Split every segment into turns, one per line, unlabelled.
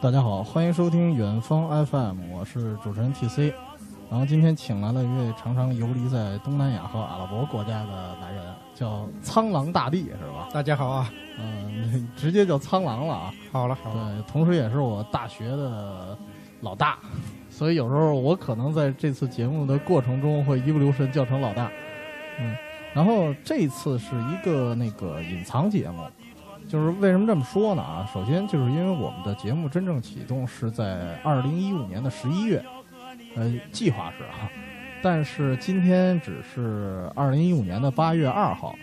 大家好，欢迎收听远方 FM，我是主持人 TC。然后今天请来了一位常常游离在东南亚和阿拉伯国家的男人，叫苍狼大帝，是吧？
大家好啊，
嗯，直接叫苍狼了啊。
好了好了，
对，同时也是我大学的老大，所以有时候我可能在这次节目的过程中会一不留神叫成老大。嗯，然后这次是一个那个隐藏节目，就是为什么这么说呢？啊，首先就是因为我们的节目真正启动是在二零一五年的十一月，呃，计划是啊，但是今天只是二零一五年的八月二号。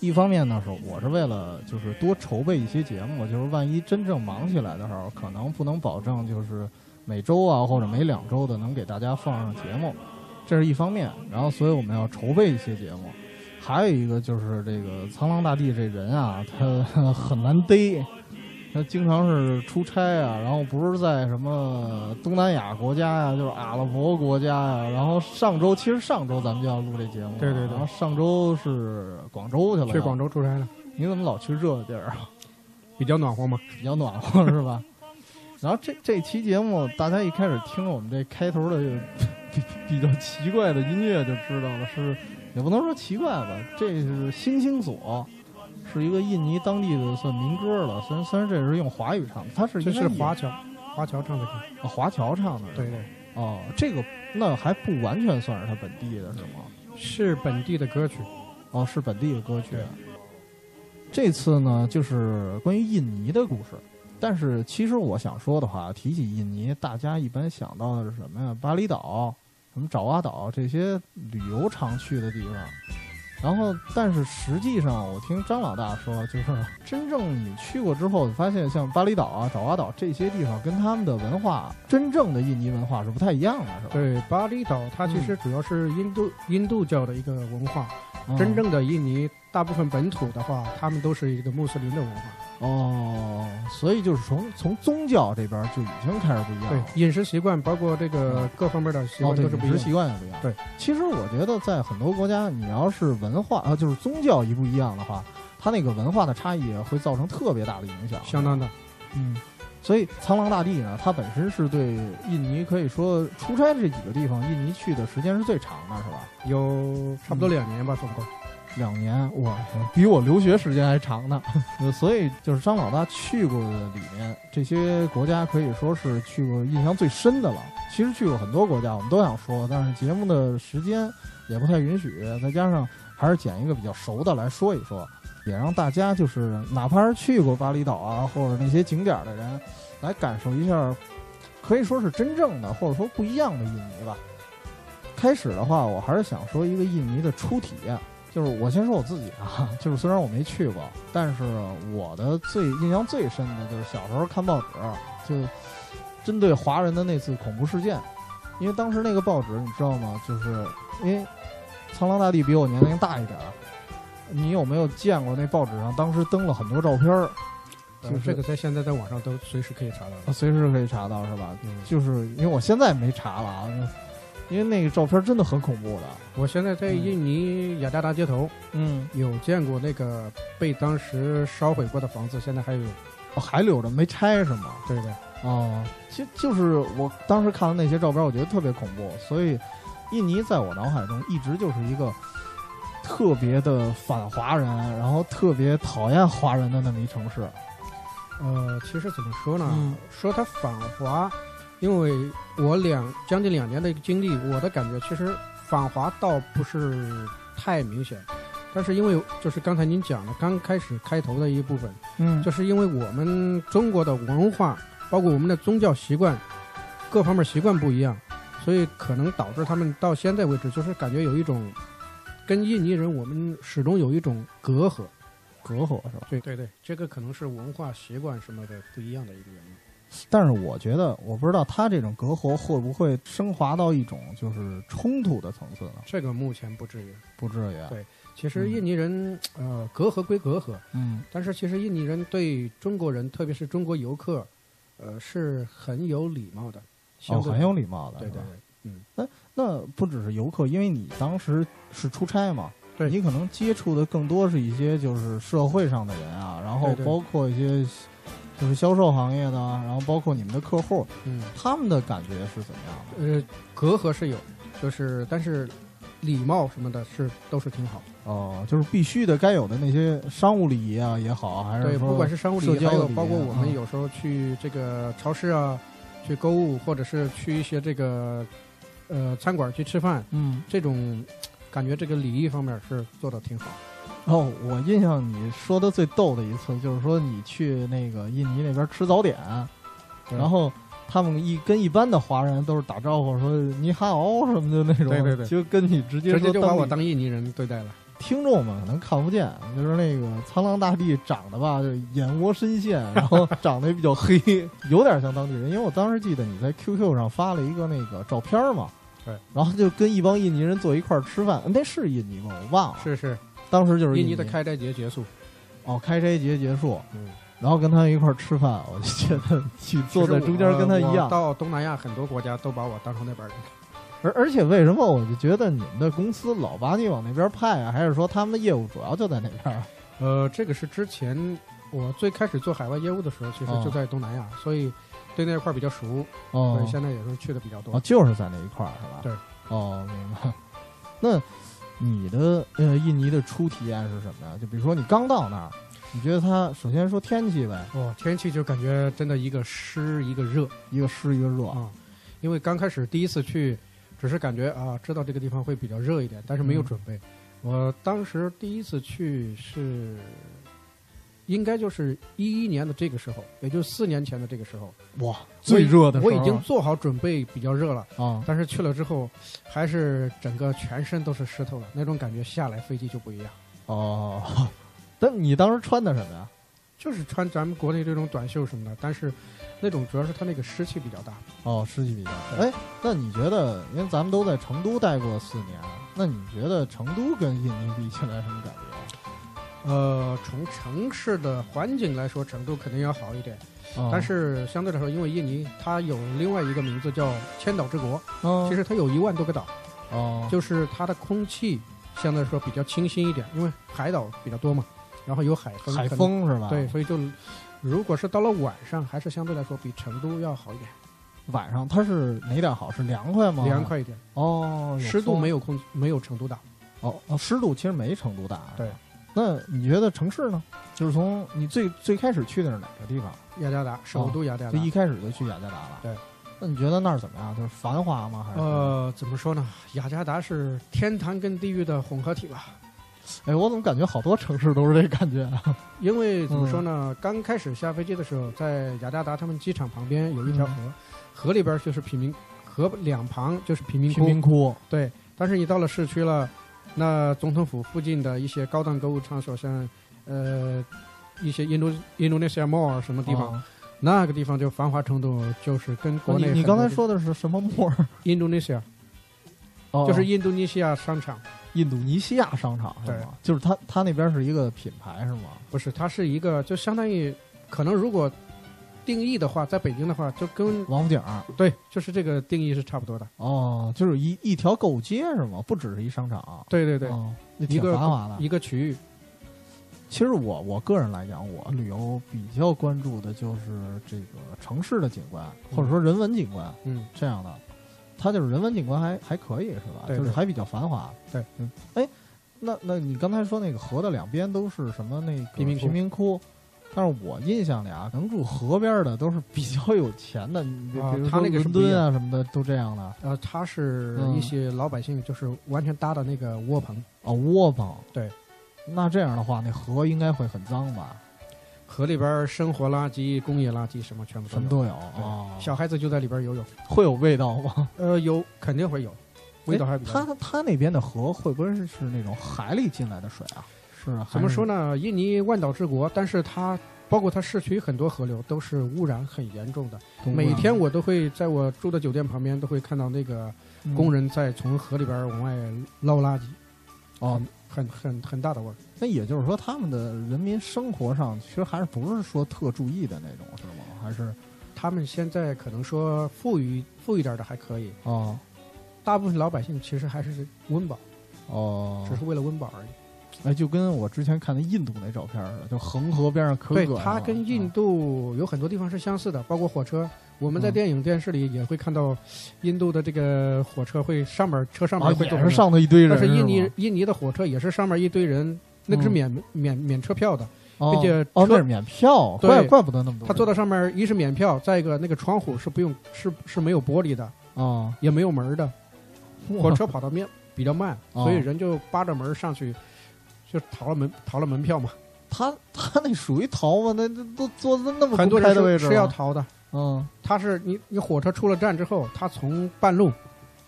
一方面呢是我是为了就是多筹备一些节目，就是万一真正忙起来的时候，可能不能保证就是每周啊或者每两周的能给大家放上节目，这是一方面。然后所以我们要筹备一些节目，还有一个就是这个苍狼大帝这人啊，他 很难逮。他经常是出差啊，然后不是在什么东南亚国家呀、就是阿拉伯国家呀、然后上周其实上周咱们就要录这节目啊，
对对对
然后上周是广州去了，
去广州出差了，
你怎么老去热的地儿啊？
比较暖和嘛。
比较暖和是吧？ 然后这这期节目，大家一开始听了我们这开头的比比较奇怪的音乐就知道了，是也不能说奇怪吧，这是星星所，是一个印尼当地的算民歌了。虽然虽然这是用华语唱的，它是
这
应该
是
也
华侨，华侨唱的歌。
啊华侨唱的，
对对，
哦，这个那还不完全算是他本地的是吗？
是本地的歌曲。
哦，是本地的歌曲
对。
这次呢，就是关于印尼的故事。但是其实我想说的话，提起印尼，大家一般想到的是什么呀？巴厘岛、什么爪哇岛这些旅游常去的地方。然后，但是实际上，我听张老大说，就是真正你去过之后，你发现像巴厘岛啊、爪哇岛这些地方，跟他们的文化，真正的印尼文化是不太一样的，是吧？
对，巴厘岛它其实主要是印度印度教的一个文化，
嗯
真正的印尼大部分本土的话，他们都是一个穆斯林的文化。
哦，所以就是从从宗教这边就已经开始不一样
对
了，，
饮食习惯包括这个各方面的
嗯
习
哦，
惯
对，
都是不一
饮食
样
习
的。
惯也不一样。
对，
其实我觉得在很多国家，你要是文化啊，就是宗教一不一样的话，它那个文化的差异会造成特别大的影响。
相当的，
嗯，所以苍狼大帝呢，他本身是对印尼可以说出差这几个地方，印尼去的时间是最长的，是吧？嗯
有差不多两年吧，总共。
两年，哇，比我留学时间还长呢。 呃所以就是张老大去过的里面，这些国家可以说是去过印象最深的了。其实去过很多国家，我们都想说，但是节目的时间也不太允许，再加上还是捡一个比较熟的来说一说，也让大家就是哪怕是去过巴厘岛啊或者那些景点儿的人，来感受一下，可以说是真正的或者说不一样的印尼吧。开始的话，我还是想说一个印尼的初体验。就是我先说我自己啊， 就是虽然我没去过，但是我的最印象最深的就是小时候看报纸，就针对华人的那次恐怖事件，因为当时那个报纸你知道吗？就是因为苍狼大帝比我年龄大一点儿，你有没有见过那报纸上当时登了很多照片儿？就
呃
嗯是
这个在现在在网上都随时可以查到的。
随时可以查到是吧？
嗯，
就是因为我现在没查了啊，因为那个照片真的很恐怖的。
我现在在印尼雅加达街头，
嗯，
有见过那个被当时烧毁过的房子，现在还有，
哦、还留着没拆是吗？
对对，
哦，其实就是我当时看了那些照片，我觉得特别恐怖，所以印尼在我脑海中一直就是一个特别的反华人，然后特别讨厌华人的那么一城市。
呃，其实怎么说呢？
嗯
说它反华，因为我两将近两年的一个经历，我的感觉其实反华倒不是太明显，但是因为就是刚才您讲的，刚开始开头的一部分，
嗯
就是因为我们中国的文化，包括我们的宗教习惯，各方面习惯不一样，所以可能导致他们到现在为止，就是感觉有一种跟印尼人我们始终有一种隔阂。
隔阂是吧？
对对对，这个可能是文化习惯什么的不一样的一个原因。
但是我觉得，我不知道他这种隔阂会不会升华到一种就是冲突的层次呢？
这个目前不至于。
不至于啊。
对其实印尼人、呃隔阂归隔阂，
嗯
但是其实印尼人对中国人，特别是中国游客，呃是很有礼貌的，
哦，
相对、
很有礼貌的。
对
是
对
吧
对
那不只是游客，因为你当时是出差嘛，
对
你可能接触的更多是一些就是社会上的人啊，然后
对对
包括一些就是销售行业的啊，然后包括你们的客户，
嗯，
他们的感觉是怎么样的？
呃，隔阂是有，就是但是礼貌什么的是都是挺好的。
哦，就是必须的，该有的那些商务礼仪啊也好，还是
对，
说
不管是商务礼
社
仪，
交
还有
礼仪
包括我们
嗯
有时候去这个超市啊，去购物，或者是去一些这个呃餐馆去吃饭，
嗯
这种感觉这个礼仪方面是做的挺好。
哦，我印象你说的最逗的一次就是说你去那个印尼那边吃早点，
对
然后他们一跟一般的华人都是打招呼说你好什么的那种，
对对对
就跟你直接
直
说
接就把
当
我
地
当印尼人对待了。
听众们可能看不见，就是那个苍狼大帝长得吧，就是眼窝深陷，然 后长得也比较黑，有点像当地人。因为我当时记得你在 QQ 上发了一个那个照片嘛，
对，
然后就跟一帮印尼人坐一块儿吃饭，嗯那是印尼吗？我忘了，
是是，
当时就是
印
尼
尼的开斋节结束，
哦，开斋节结束，
嗯，
然后跟他一块儿吃饭，我就觉得去坐在中间跟他一
其实我
样
我。到东南亚很多国家都把我当成那边人。
而而且为什么我就觉得你们的公司老把你往那边派啊？还是说他们的业务主要就在那边儿？
呃，这个是之前我最开始做海外业务的时候，其实
哦
就在东南亚，所以对那块儿比较熟，
哦
所以，现在也是去的比较多。
哦，就是在那一块儿是吧？
对。
哦，明白。那你的呃印尼的初体验是什么呀？就比如说你刚到那儿，你觉得它首先说天气呗，
哦，天气就感觉真的一个湿一个热
一个湿一个热
啊、，因为刚开始第一次去，只是感觉啊，知道这个地方会比较热一点，但是没有
嗯
准备。我当时第一次去是，应该就是一一年的这个时候，也就四年前的这个时候，
哇，
最
热
我已经做好准备比较热了，
啊
但是去了之后，还是整个全身都是湿透了，那种感觉下来飞机就不一样，
哦，但你当时穿的什么呀？
就是穿咱们国内这种短袖什么的，但是那种主要是它那个湿气比较大。
哦，湿气比较大。哎，那你觉得，因为咱们都在成都待过四年，那你觉得成都跟印尼比起来什么感觉？啊
呃，从城市的环境来说，成都肯定要好一点，
啊
但，是相对来说，因为印尼它有另外一个名字叫千岛之国，
其
其实它有一万多个岛，
嗯哦，
就是它的空气相对来说比较清新一点，因为海岛比较多嘛，然后有海风，
海
可能，
风啊是吧？
对，，所以就如果是到了晚上，还是相对来说比成都要好一点，
晚上它是哪点好？是凉快吗？
凉快一点，啊
哦，
湿度
有。
没有空没有成都大。
哦哦，湿度其实没成都大。啊
对，
那你觉得城市呢？就是从你最最开始去的是哪个地方？
雅加达，首都雅加
就
达。
一开始就去雅加达了。
对，
那你觉得那儿怎么样？就是繁华吗？还是？
呃，怎么说呢？雅加达是天堂跟地狱的混合体吧。
哎，我怎么感觉好多城市都是这感觉啊？
因为怎么说呢，刚开始下飞机的时候，在雅加达他们机场旁边有一条河，河里边就是贫民，河两旁就是贫民窟。
贫民窟。
对，但是你到了市区了，那总统府附近的一些高档购物场所，像呃一些印度印度尼西亚 mall 啊什么地方，
哦
那个地方就繁华程度就是跟国内
你你
很多
刚才
地
说的是什么 沫儿？
印度尼西亚，
哦
就是印度尼西亚商场，
印度尼西亚商场是
对
吗？就是它它那边是一个品牌是吗？
不是，它是一个就相当于可能如果定义的话，在北京的话就跟
王府井儿。
对，就是这个定义是差不多的。
哦，就是一一条购物街是吗？不只是一商场。
对对对，
哦，那挺
一个
繁华的。
一个区域。
其实我我个人来讲，我旅游比较关注的就是这个城市的景观，
嗯
或者说人文景观
嗯，
这样的。它就是人文景观还还可以是吧？
对
就是
对
还比较繁华。
对，
嗯，哎，那那你刚才说那个河的两边都是什么那个
贫民窟
贫民窟？但是我印象里啊，能住河边的都是比较有钱的，你比
啊
比如
它
说
那个是
伦
不一
敦啊什么的都这样的
呃，它是
嗯
一些老百姓就是完全搭的那个窝棚，
啊窝棚。
对，
那这样的话，那河应该会很脏吧？
河里边生活垃圾、工业垃圾什么全部
什么
都有。
都有
对
啊。
小孩子就在里边游泳，
会有味道吗？哎
呃，有肯定会有， 味道还比较。
他他那边的河会不会是是那种海里进来的水啊？是啊，
怎么说
呢？
呢？印尼万岛之国，但是它包括它市区很多河流都是污染很严重的。每
啊嗯
天我都会在我住的酒店旁边都会看到那个工
人、
人在从河里边往外捞垃圾，
哦，
很很很大的味儿。
那也就是说他们的人民生活上其实还是不是说特注意的那种，是吗？还是
他们现在可能说富裕富裕点儿的还可以，
哦
大部分老百姓其实还是温饱，
哦
只是为了温饱而已。
哎，就跟我之前看的印度那照片似的，就恒河边上可
对
恶，
它跟印度有很多地方是相似的，包括火车。我们在
嗯
电影、电视里也会看到，印度的这个火车会上面车上
啊
面会
也
坐
是
人，
上头一堆人，
但是印
是
尼
吗
印尼的火车也是上面一堆人，那个是
嗯
免免免车票的，
哦
并且
哦
车
那是免票，
对
怪怪不得那么多人。
他坐到上面一是免票，再一个那个窗户是不用是是没有玻璃的，
啊，
也没有门儿的，火车跑得面比较慢，
哦
所以人就扒着门儿上去，就逃了门逃了门票嘛。
他他那属于逃吗？那那都坐那那么
很多
公开
人
的位
是
置
是要
吗
逃的，
嗯
他是你你火车出了站之后，他从半路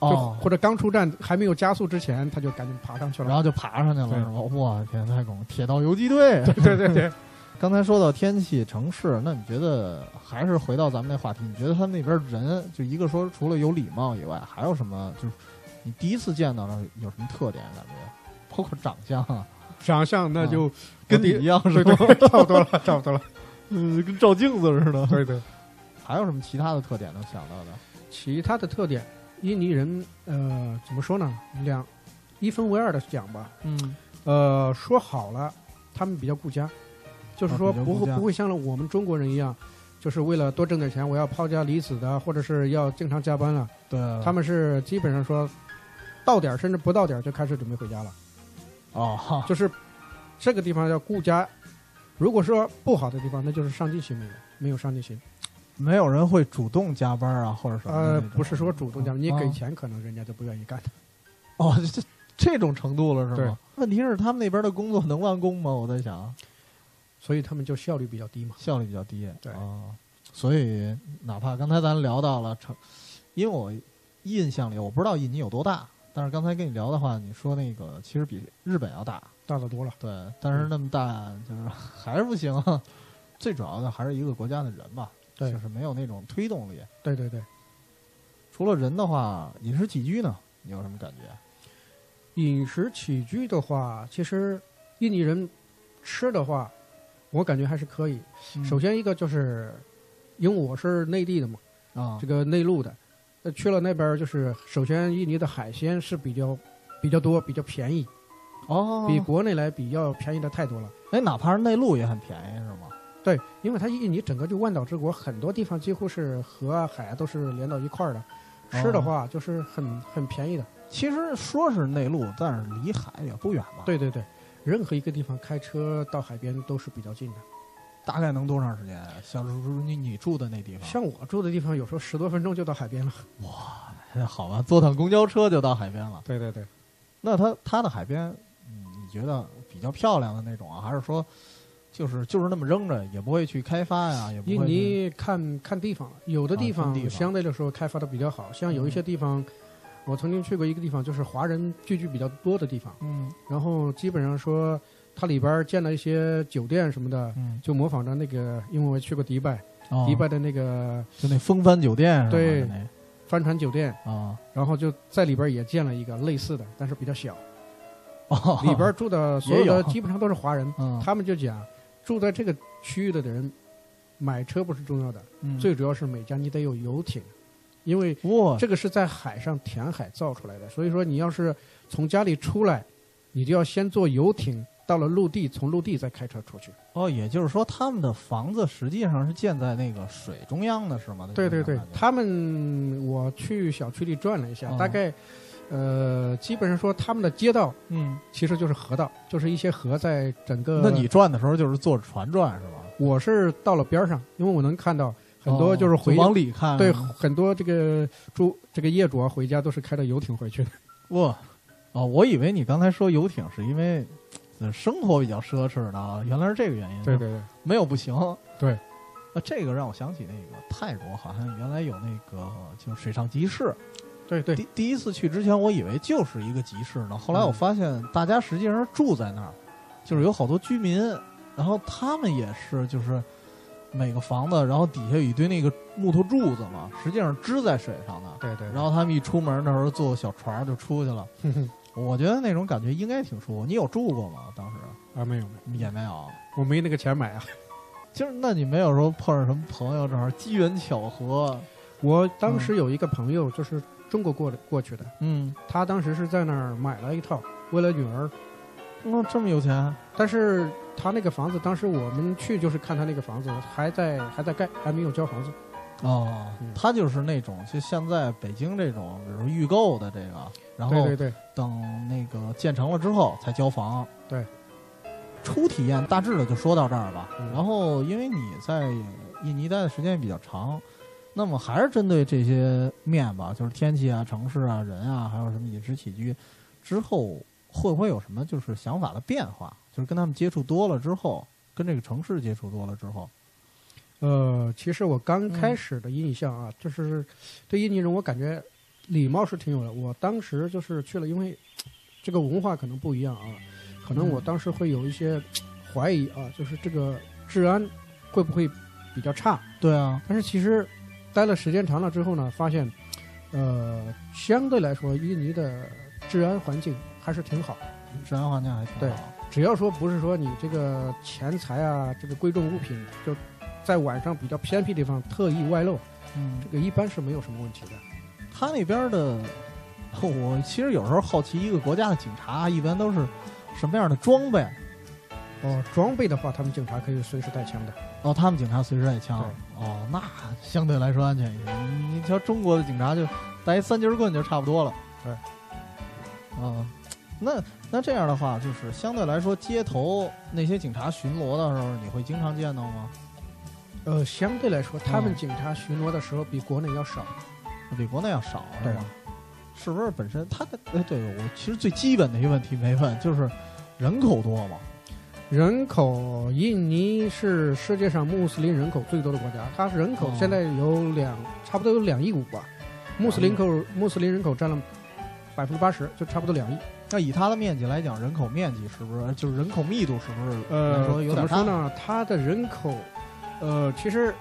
就、
哦，
或者刚出站还没有加速之前，他就赶紧爬上去
然
了。
后就爬上去了
嗯对
是吧？我天，太恐怖！铁道游击队。
对对对，
刚才说到天气、城市，那你觉得还是回到咱们那话题？你觉得他们那边人，就一个说除了有礼貌以外，还有什么？就是你第一次见到的有什么特点？感觉包括长相啊，
长相
嗯
那就
跟你一样是
对
吧
对？ 对，差不多了，差不多了。
嗯，跟照镜子似的。
对对，
还有什么其他的特点能想到的？
其他的特点，印尼人呃怎么说呢？两一分为二的讲吧。
嗯，
呃，说好了，他们比较顾家，就是
啊
说
比较
不
顾
会、
家
不会像了我们中国人一样，就是为了多挣点钱，我要抛家离子的，或者是要经常加班了。
对，
他们是基本上说到点儿甚至不到点儿就开始准备回家了，
哦，哈
就是这个地方要顾家。如果说不好的地方，那就是上进心没有，没有上进心。
没有人会主动加班啊，或者什么的那
呃
种？，
不是说主动加班，你
啊
给钱可能人家就不愿意干。
哦，这这这种程度了是吗？问题是他们那边的工作能完工吗？我在想，
所以他们就效率比较低嘛。
效率比较低。
对
哦所以哪怕刚才咱聊到了城，因为我印象里我不知道印尼有多大，但是刚才跟你聊的话，你说那个其实比日本要大，
大得多了，
对，但是那么大就是 还是不行啊。最主要的还是一个国家的人吧，
对
就是没有那种推动力。
对对对，
除了人的话，饮食起居呢，你有什么感觉？
饮食起居的话，其实印尼人吃的话，我感觉还是可以。
嗯
首先一个就是，因为我是内地的嘛，
啊
这，个内陆的，呃，去了那边儿就是，首先印尼的海鲜是比较比较多，比较便宜，
哦，
比国内来比要便宜的太多了。
哎，哪怕是内陆也很便宜是吗？
对，因为它印尼整个就万岛之国，很多地方几乎是河啊海啊都是连到一块儿的。吃的话就是很很便宜的，
其实说是内陆，但是离海也不远吧？，
对对对，任何一个地方开车到海边都是比较近的。
大概能多长时间？啊小猪猪，你你住的那地方？
像我住的地方，有时候十多分钟就到海边了。
哎 好吧，坐趟公交车就到海边了。
对对对，
那它它的海边，嗯，你觉得比较漂亮的那种啊，还是说就是就是那么扔着，也不会去开发呀、也不
印
会去
尼看看地方了，有的
啊
地
看
方
地方
相对来说开发的比较好，像有一些地方，我曾经去过一个地方，就是华人聚居比较多的地方，
嗯
然后基本上说它里边建了一些酒店什么的。
嗯，
就模仿着那个，因为我去过迪拜，
哦
迪拜的那个
就那风帆酒店是吧？
对
就那
帆船酒店，
啊
然后就在里边也建了一个类似的，但是比较小。
哦，
里边住的所有
也有
的基本上都是华人，
嗯
他们就讲，住在这个区域的人，买车不是重要的，
嗯
最主要是每家你得有游艇，因为
哇
这个是在海上填海造出来的，所以说你要是从家里出来，你就要先坐游艇到了陆地，从陆地再开车出去。
哦，也就是说，他们的房子实际上是建在那个水中央的，是吗？
对对
这
对
种，感觉
他们我去小区里转了一下，
哦
大概，呃，基本上说他们的街道
嗯，
其实就是河道，就是一些河在整个。
那你转的时候就是坐着船转是吧？
我是到了边儿上，因为我能看到很多
哦
就是回、
往里看，嗯
对，很多这个住这个业主啊，回家都是开着游艇回去的。
哇，哦，我以为你刚才说游艇是因为呃生活比较奢侈呢，啊原来是这个原因。
对对，
没有不行。
对，
啊，这个让我想起那个泰国，好像原来有那个就是水上集市。
对对
第第一次去之前，我以为就是一个集市呢，后来我发现大家实际上是住在那儿，就是有好多居民，然后他们也是就是每个房子，然后底下有一堆那个木头柱子嘛，实际上支在水上的。
对对
然后他们一出门的时候坐小船儿就出去了，我觉得那种感觉应该挺舒服。你有住过吗？当时
啊，没有没有，
也没有。
我没那个钱买啊。
就是那你没有说碰上什么朋友，正好机缘巧合，
我当时有一个朋友，就是中国过来过去的，
嗯，
他当时是在那儿买了一套，为了女儿，
哦，这么有钱，
但是他那个房子，当时我们去就是看他那个房子还在还在盖，还没有交房子。
哦，
嗯
他就是那种就现在北京这种，比如预购的这个，然
对
后
对对，
等那个建成了之后才交房。
对，
初体验大致的就说到这儿吧。
嗯
然后因为你在印尼待的时间比较长，那么还是针对这些面吧，就是天气啊、城市啊、人啊，还有什么饮食起居，之后会不会有什么就是想法的变化？就是跟他们接触多了之后，跟这个城市接触多了之后，
呃，其实我刚开始的印象啊，就是对印尼人，我感觉礼貌是挺有的。我当时就是去了，因为这个文化可能不一样啊，可能我当时会有一些怀疑啊，就是这个治安会不会比较差？
对啊，
但是其实待了时间长了之后呢，发现，呃，相对来说，印尼的治安环境还是挺好。
治安环境还挺好。
对只要说不是说你这个钱财啊，这个贵重物品，就在晚上比较偏僻地方特意外露，
嗯
这，个一般是没有什么问题的。
他那边的，我其实有时候好奇，一个国家的警察一般都是什么样的装备？
哦，装备的话，他们警察可以随时带枪的。
哦，他们警察随时带枪
对。
哦，那相对来说安全一些。你你瞧，中国的警察就带一三节棍就差不多了。
对。
嗯，那那这样的话，就是相对来说，街头那些警察巡逻的时候，你会经常见到吗？
呃，相对来说，他们
嗯
警察巡逻的时候比国内要少。
比国内要少，是
对
吗？是不是本身他的？哎，对我其实最基本的一个问题没问，就是人口多吗？
人口，印尼是世界上穆斯林人口最多的国家，它人口
哦
现在有两，差不多有两亿五吧。穆斯林口，穆斯林人口占了百分之八十，就差不多两亿。
那以它的面积来讲，人口面积是不是就是人口密度是不是来说有
呃怎
点
么
大？
说呢？它的人口，呃，其实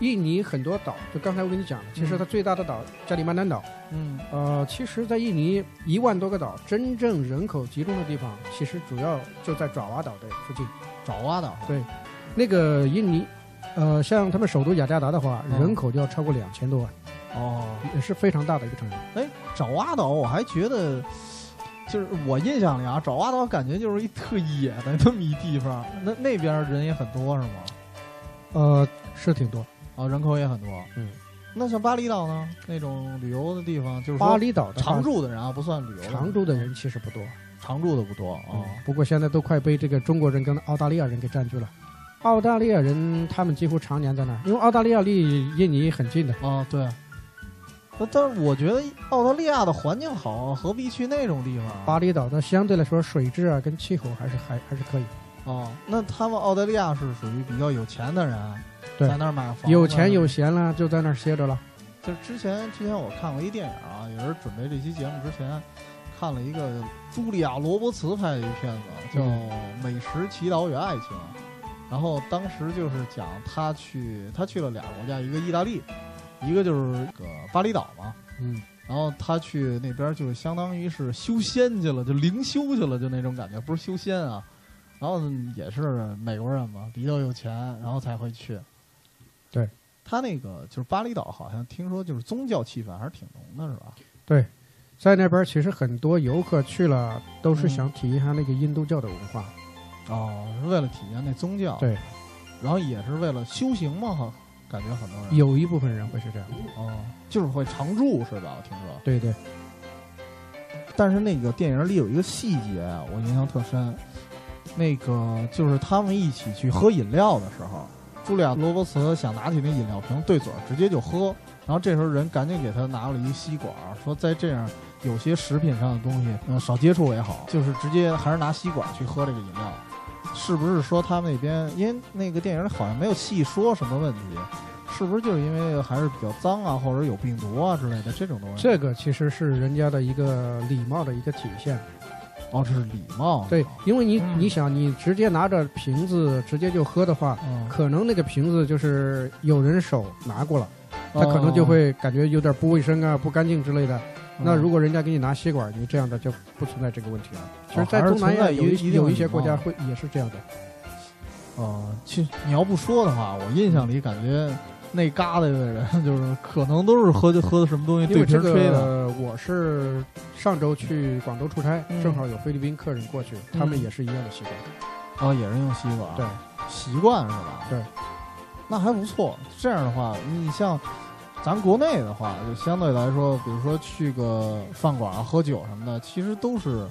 印尼很多岛，就刚才我跟你讲的，其实它最大的岛加里曼丹岛，
嗯，
呃，其实，在印尼一万多个岛，真正人口集中的地方，其实主要就在爪哇岛这附近。
爪哇岛
对那个印尼，呃，像他们首都雅加达的话，
嗯
人口就要超过两千多万，
哦，
也是非常大的一个城市。
哎，爪哇岛我还觉得，就是我印象里啊，爪哇岛感觉就是一特野的那么一地方，那那边人也很多是吗？
呃，是挺多。
哦，人口也很多。
嗯，
那像巴厘岛呢，那种旅游的地方，就是
巴
说
厘岛的话
常住的人啊，不算旅游的，
常住的人嗯其实不多啊、
常住的不多啊。哦
不过现在都快被这个中国人跟澳大利亚人给占据了。澳大利亚人他们几乎常年在那儿，因为澳大利亚离印尼很近的。
啊，对。那但是我觉得澳大利亚的环境好，何必去那种地方啊？
巴厘岛的相对来说水质啊跟气候还是还还是可以。
哦，那他们澳大利亚是属于比较有钱的人，
对
在那儿买房，
有钱有。闲了就在那儿歇着了。
就之前之前我看过一电影啊，也是准备这期节目之前看了一个茱莉亚·罗伯茨拍的一片子，叫《
嗯
美食祈祷与爱情》。然后当时就是讲他去他去了俩国家，一个意大利，一个就是个巴厘岛嘛。
嗯，
然后他去那边就是相当于是修仙去了，就灵修去了，就那种感觉，不是修仙啊。然后也是美国人嘛，比较有钱，然后才会去。
对，
他那个就是巴厘岛，好像听说就是宗教气氛还是挺浓的，是吧？
在那边其实很多游客去了都
嗯
是想体验一下那个印度教的文化。
哦，是为了体验那宗教，
对，
然后也是为了修行嘛，哈，感觉很多人
有一部分人会是这样。
哦，就是会常住是吧？我听说。
对对，
但是那个电影里有一个细节啊我印象特深，那个就是他们一起去喝饮料的时候，茱莉亚·罗伯茨想拿起那饮料瓶对嘴儿直接就喝，然后这时候人赶紧给他拿了一吸管儿，说在这样有些食品上的东西，呃，少接触也 好，就是直接还是拿吸管去喝这个饮料。是不是说他们那边，因为那个电影好像没有细说什么问题，是不是就是因为还是比较脏啊，或者有病毒啊之类的这种东西？
这个其实是人家的一个礼貌的一个体现。
哦，这是礼貌。
对，因为你
嗯
你想，你直接拿着瓶子直接就喝的话，
嗯，
可能那个瓶子就是有人手拿过了，
哦
他可能就会感觉有点不卫生啊、不干净之类的。那如
果
果人家给你拿吸管，你这样的就不存在这个问题了。其实，在
哦还是
东南
存
亚
在
有
于
一
一定
有
的哦
一些
礼
国家
貌
会也是这样的。
哦
嗯
呃，其实你要不说的话，我印象里感觉那旮瘩的人， 就是可能都是喝喝的什么东西
因
对
为这
瓶吹的。
个我是上周去广州出差，
嗯
正好有菲律宾客人过去，他们也是一样的习惯。
哦，
啊
也是用吸管。
对，
习惯是吧？
对，
那还不错。这样的话，你像咱国内的话，就相对来说，比如说去个饭馆啊、喝酒什么的，其实都是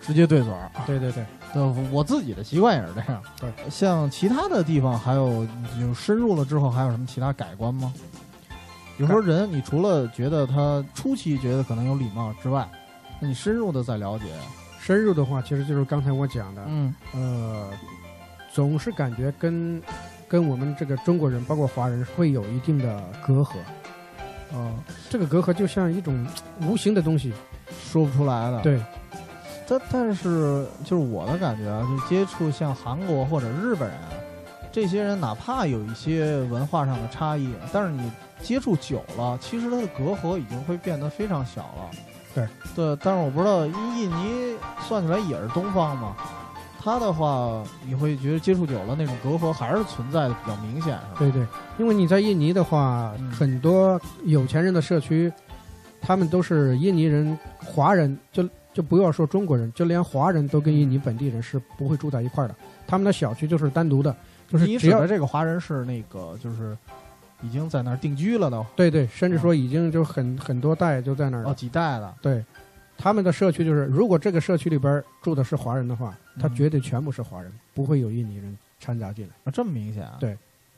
直接对嘴儿。
对对对，
对，我自己的习惯也是这样。
对，
像其他的地方还有，你就深入了之后还有什么其他改观吗？有时候人，你除了觉得他初期觉得可能有礼貌之外，那你深入的再了解，
深入的话其实就是刚才我讲的，
嗯
呃，总是感觉跟跟我们这个中国人，包括华人，会有一定的隔阂。
嗯，
这个隔阂就像一种无形的东西。
说不出来的。
对，
但但是就是我的感觉啊，就接触像韩国或者日本人啊，这些人哪怕有一些文化上的差异，但是你接触久了，其实他的隔阂已经会变得非常小了。
对
对，但是我不知道印尼算起来也是东方嘛，他的话你会觉得接触久了那种隔阂还是存在的比较明显，是吧？
对对，因为你在印尼的话，
嗯
很多有钱人的社区，他们都是印尼人、华人，就就不要说中国人，就连华人
嗯
都跟印尼本地人是不会住在一块儿的。他们的小区就是单独的，就是
你
只
指
要
的这个华人是那个就是已经在那儿定居了的
对对，甚至说已经就很很多代就在那儿
嗯
了
哦，。几代了，
对，他们的社区就是，如果这个社区里边儿住的是华人的话，他
嗯
绝对全部是华人，不会有印尼人掺杂进来。
啊，这么明显啊？
对，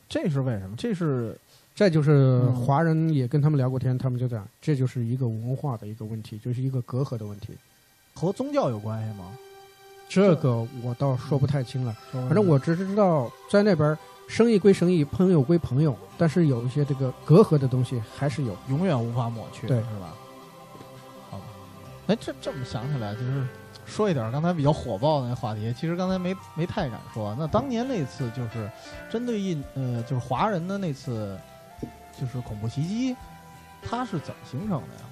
这是为什么？这是
再就是华人也跟他们聊过天，他们就讲，这就是一个文化的一个问题，就是一个隔阂的问题。
和宗教有关系吗？
这个我倒说不太清了，
反
反正我只是知道在那边儿生意归生意，朋友归朋友，但是有一些这个隔阂的东西还是有。
永远无法抹去，
对
是吧？好吧，哎，这这么想起来，就是说一点刚才比较火爆的那话题，其实刚才没没太敢说。那当年那次就是针对印呃，就是华人的那次，就是恐怖袭击，它是怎么形成的呀？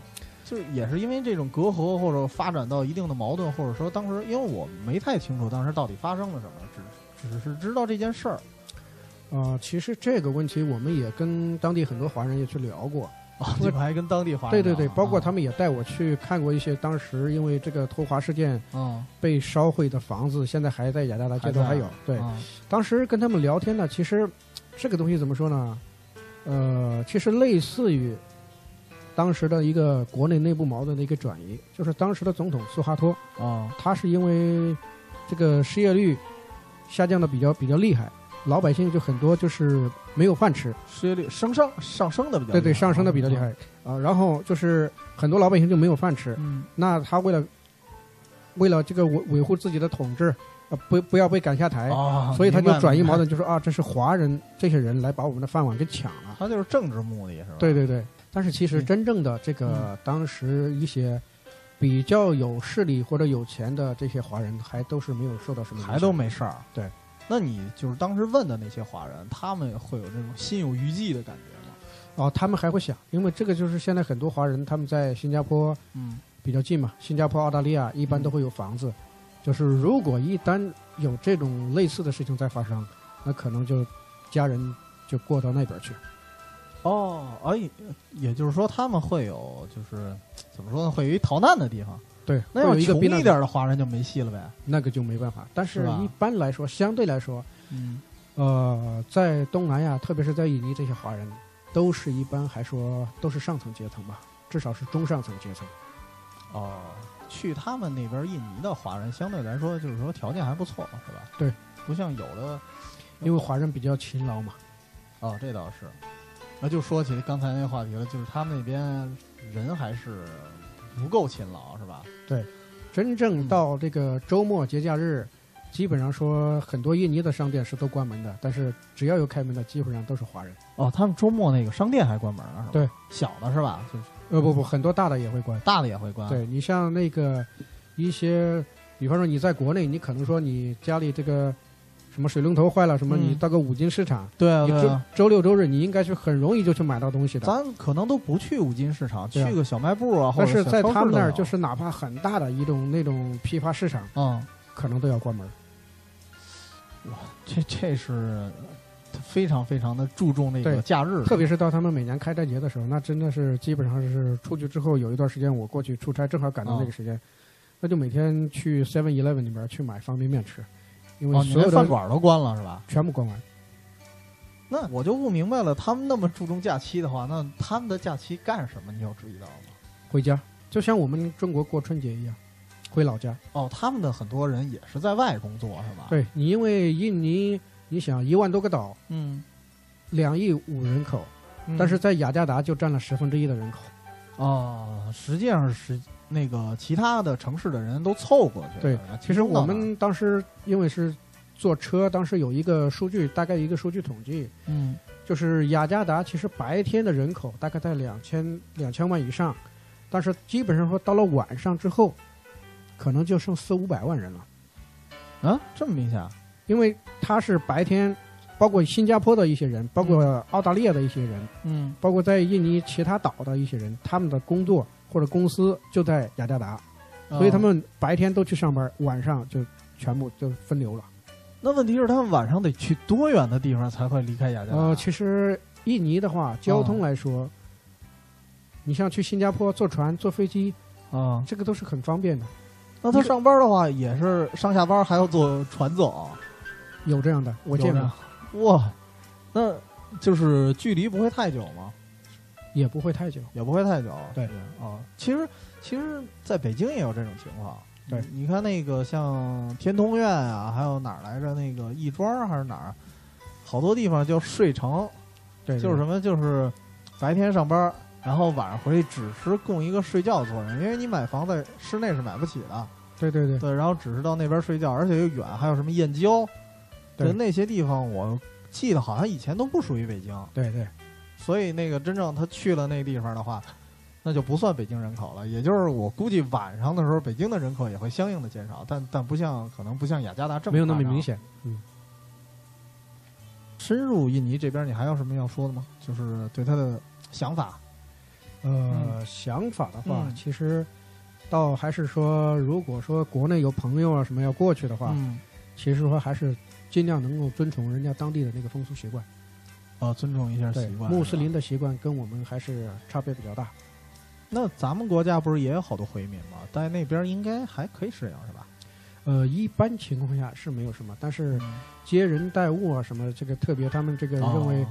就是也是因为这种隔阂，或者发展到一定的矛盾，或者说当时因为我没太清楚当时到底发生了什么，只只是知道这件事儿。
啊、其实这个问题我们也跟当地很多华人也去聊过，
啊，你们还跟当地华人
对
聊啊？
对对，包括他
们，
们也带我去看过一些当时因为这个偷华事件
嗯，
被烧毁的房子，现在还在雅加达街头
还在啊
还有。对，
嗯
当时跟他们聊天呢，其实这个东西怎么说呢？呃，其实类似于当时的一个国内内部矛盾的一个转移，就是当时的总统苏哈托，
啊，
他是因为这个失业率下降的比较比较厉害，老百姓就很多就是没有饭吃，
失业率上升上升的比较厉害
对对，上升的比较厉害，啊、然后就是很多老百姓就没有饭吃，
嗯
那他为了为了这个维维护自己的统治，呃，不不要被赶下台，
啊，
哎所以他
明
就
白
转移矛，
明
盾，就说啊，这是华人这些人来把我们的饭碗给抢
白
了。
他就是政治目的是吧？
对对对，但是其实
嗯
真正的这个当时一些比较有势力或者有钱的这些华人，还都是没有受到什么影响
还都没事儿。
对，
那你就是当时问的那些华人，他们会有这种心有余悸的感觉吗？
哦，他们还会想，因为这个就是现在很多华人他们在新加坡
嗯，
比较近嘛，新加坡、澳大利亚一般都会有房子，就是如果一旦有这种类似的事情再发生，那可能就家人就过到那边去。
哦，哎，也就是说他们会有就是怎么说呢，会有一逃难的地方。
对，
那
会
要
有一个
穷
避难
一点的华人就没戏了呗。
那个就没办法。但是
是吧
一般来说，相对来说，
嗯，
呃，在东南亚，特别是在印尼，这些华人都是一般还说都是上层阶层吧，至少是中上层阶层。
哦。去他们那边印尼的华人，相对来说就是说条件还不错，是吧？
对，
不像有的
因为华人比较勤劳嘛，
哦，这倒是。那就说起刚才那话题了，就是他们那边人还是不够勤劳，是吧？
真正到这个周末节假日，基本上说很多印尼的商店是都关门的，但是只要有开门的，基本上都是华人。
哦，他们周末那个商店还关门了，是吧？
对，
小的是吧？就是
呃，不不，很多大的也会关。
大的也会关。，
对你像那个一些，比方说你在国内，你可能说你家里这个什么水龙头坏了，什么
嗯
你到个五金市场。
对啊，
你
对
周
啊。
周六周日你应该去很容易就去买到东西的。
咱可能都不去五金市场，
对啊
去个小卖部啊，或
但
者
是
小
在
超市
他们
都
那儿，
有
就是哪怕很大的一种那种批发市场，
嗯，
可能都要关门。
这这是非常非常的注重那个
对
假日，
特别是到他们每年开斋节的时候，那真的是基本上是出去之后有一段时间，我过去出差，正好赶到那个时间，那就每天去 Seven Eleven 里面去买方便面吃，因为
哦，你
所
连
有
饭
的
馆都关了是吧？
全部关完。
那我就不明白了，他们那么注重假期的话，那他们的假期干什么？你有注意到吗？
回家，就像我们中国过春节一样，回老家。
哦，他们的很多人也是在外工作是吧？，
对你，因为印尼，你想一万多个岛，
嗯，
两亿五人口，但是在雅加达就占了十分之一的人口。
哦，实际上是那个其他的城市的人都凑过去了。
对
集中
其实我
到那儿
们当时因为是坐车，当时有一个数据，大概一个数据统计，
嗯
就是雅加达其实白天的人口大概在两千两千万以上，但是基本上说到了晚上之后，可能就剩四五百万人了，
啊，这么明显啊
因为它是白天，包括新加坡的一些人，包括澳大利亚的一些人，
嗯
包括在印尼其他岛的一些人，他们的工作或者公司就在雅加达，所以他、
哦
们白天都去上班，晚上就全部就分流了。
那问题是他们晚上得去多远的地方才会离开雅加达？
呃，其实印尼的话，交通来说，你像去新加坡坐船、坐飞机，
啊，
这个都是很方便的，
那他上班的话也是上下班还要坐船走，
有这样的，我见
有这
过，
样哇，那就是距离不会太久吗？
也不会太久。
也不会太久。
对
啊，其实其实在北京也有这种情况。
对
你，你看那个像天通苑啊，还有哪儿来着？那个亦庄还是哪儿？好多地方叫睡城，
对，
就是什么？就是白天上班，然后晚上回去只是供一个睡觉作用，因为你买房在室内是买不起的。
对对对，
对，然后只是到那边睡觉，而且又远，还有什么燕郊，
对
那些地方，我记得好像以前都不属于北京。
对对
所以那个真正他去了那地方的话，那就不算北京人口了。也就是我估计晚上的时候，北京的人口也会相应的减少，但但不像可能不像雅加达这么
没有那么
夸张
明。显。呃
深入印尼这边，你还有什么要说的吗？就是对他的想法。
呃，想法的话，
嗯
其实倒还是说，如果说国内有朋友啊什么要过去的话，
嗯，
其实说还是尽量能够遵从人家当地的那个风俗习惯。
呃，尊重一下
对，
习惯。
穆斯
是吧
林的习惯跟我们还是差别比较大。
那咱们国家不是也有好多回民吗？在那边应该还可以适应，是吧？
呃，一般情况下是没有什么，但是
嗯
接人待物啊什么，这个特别他们这个
哦
认为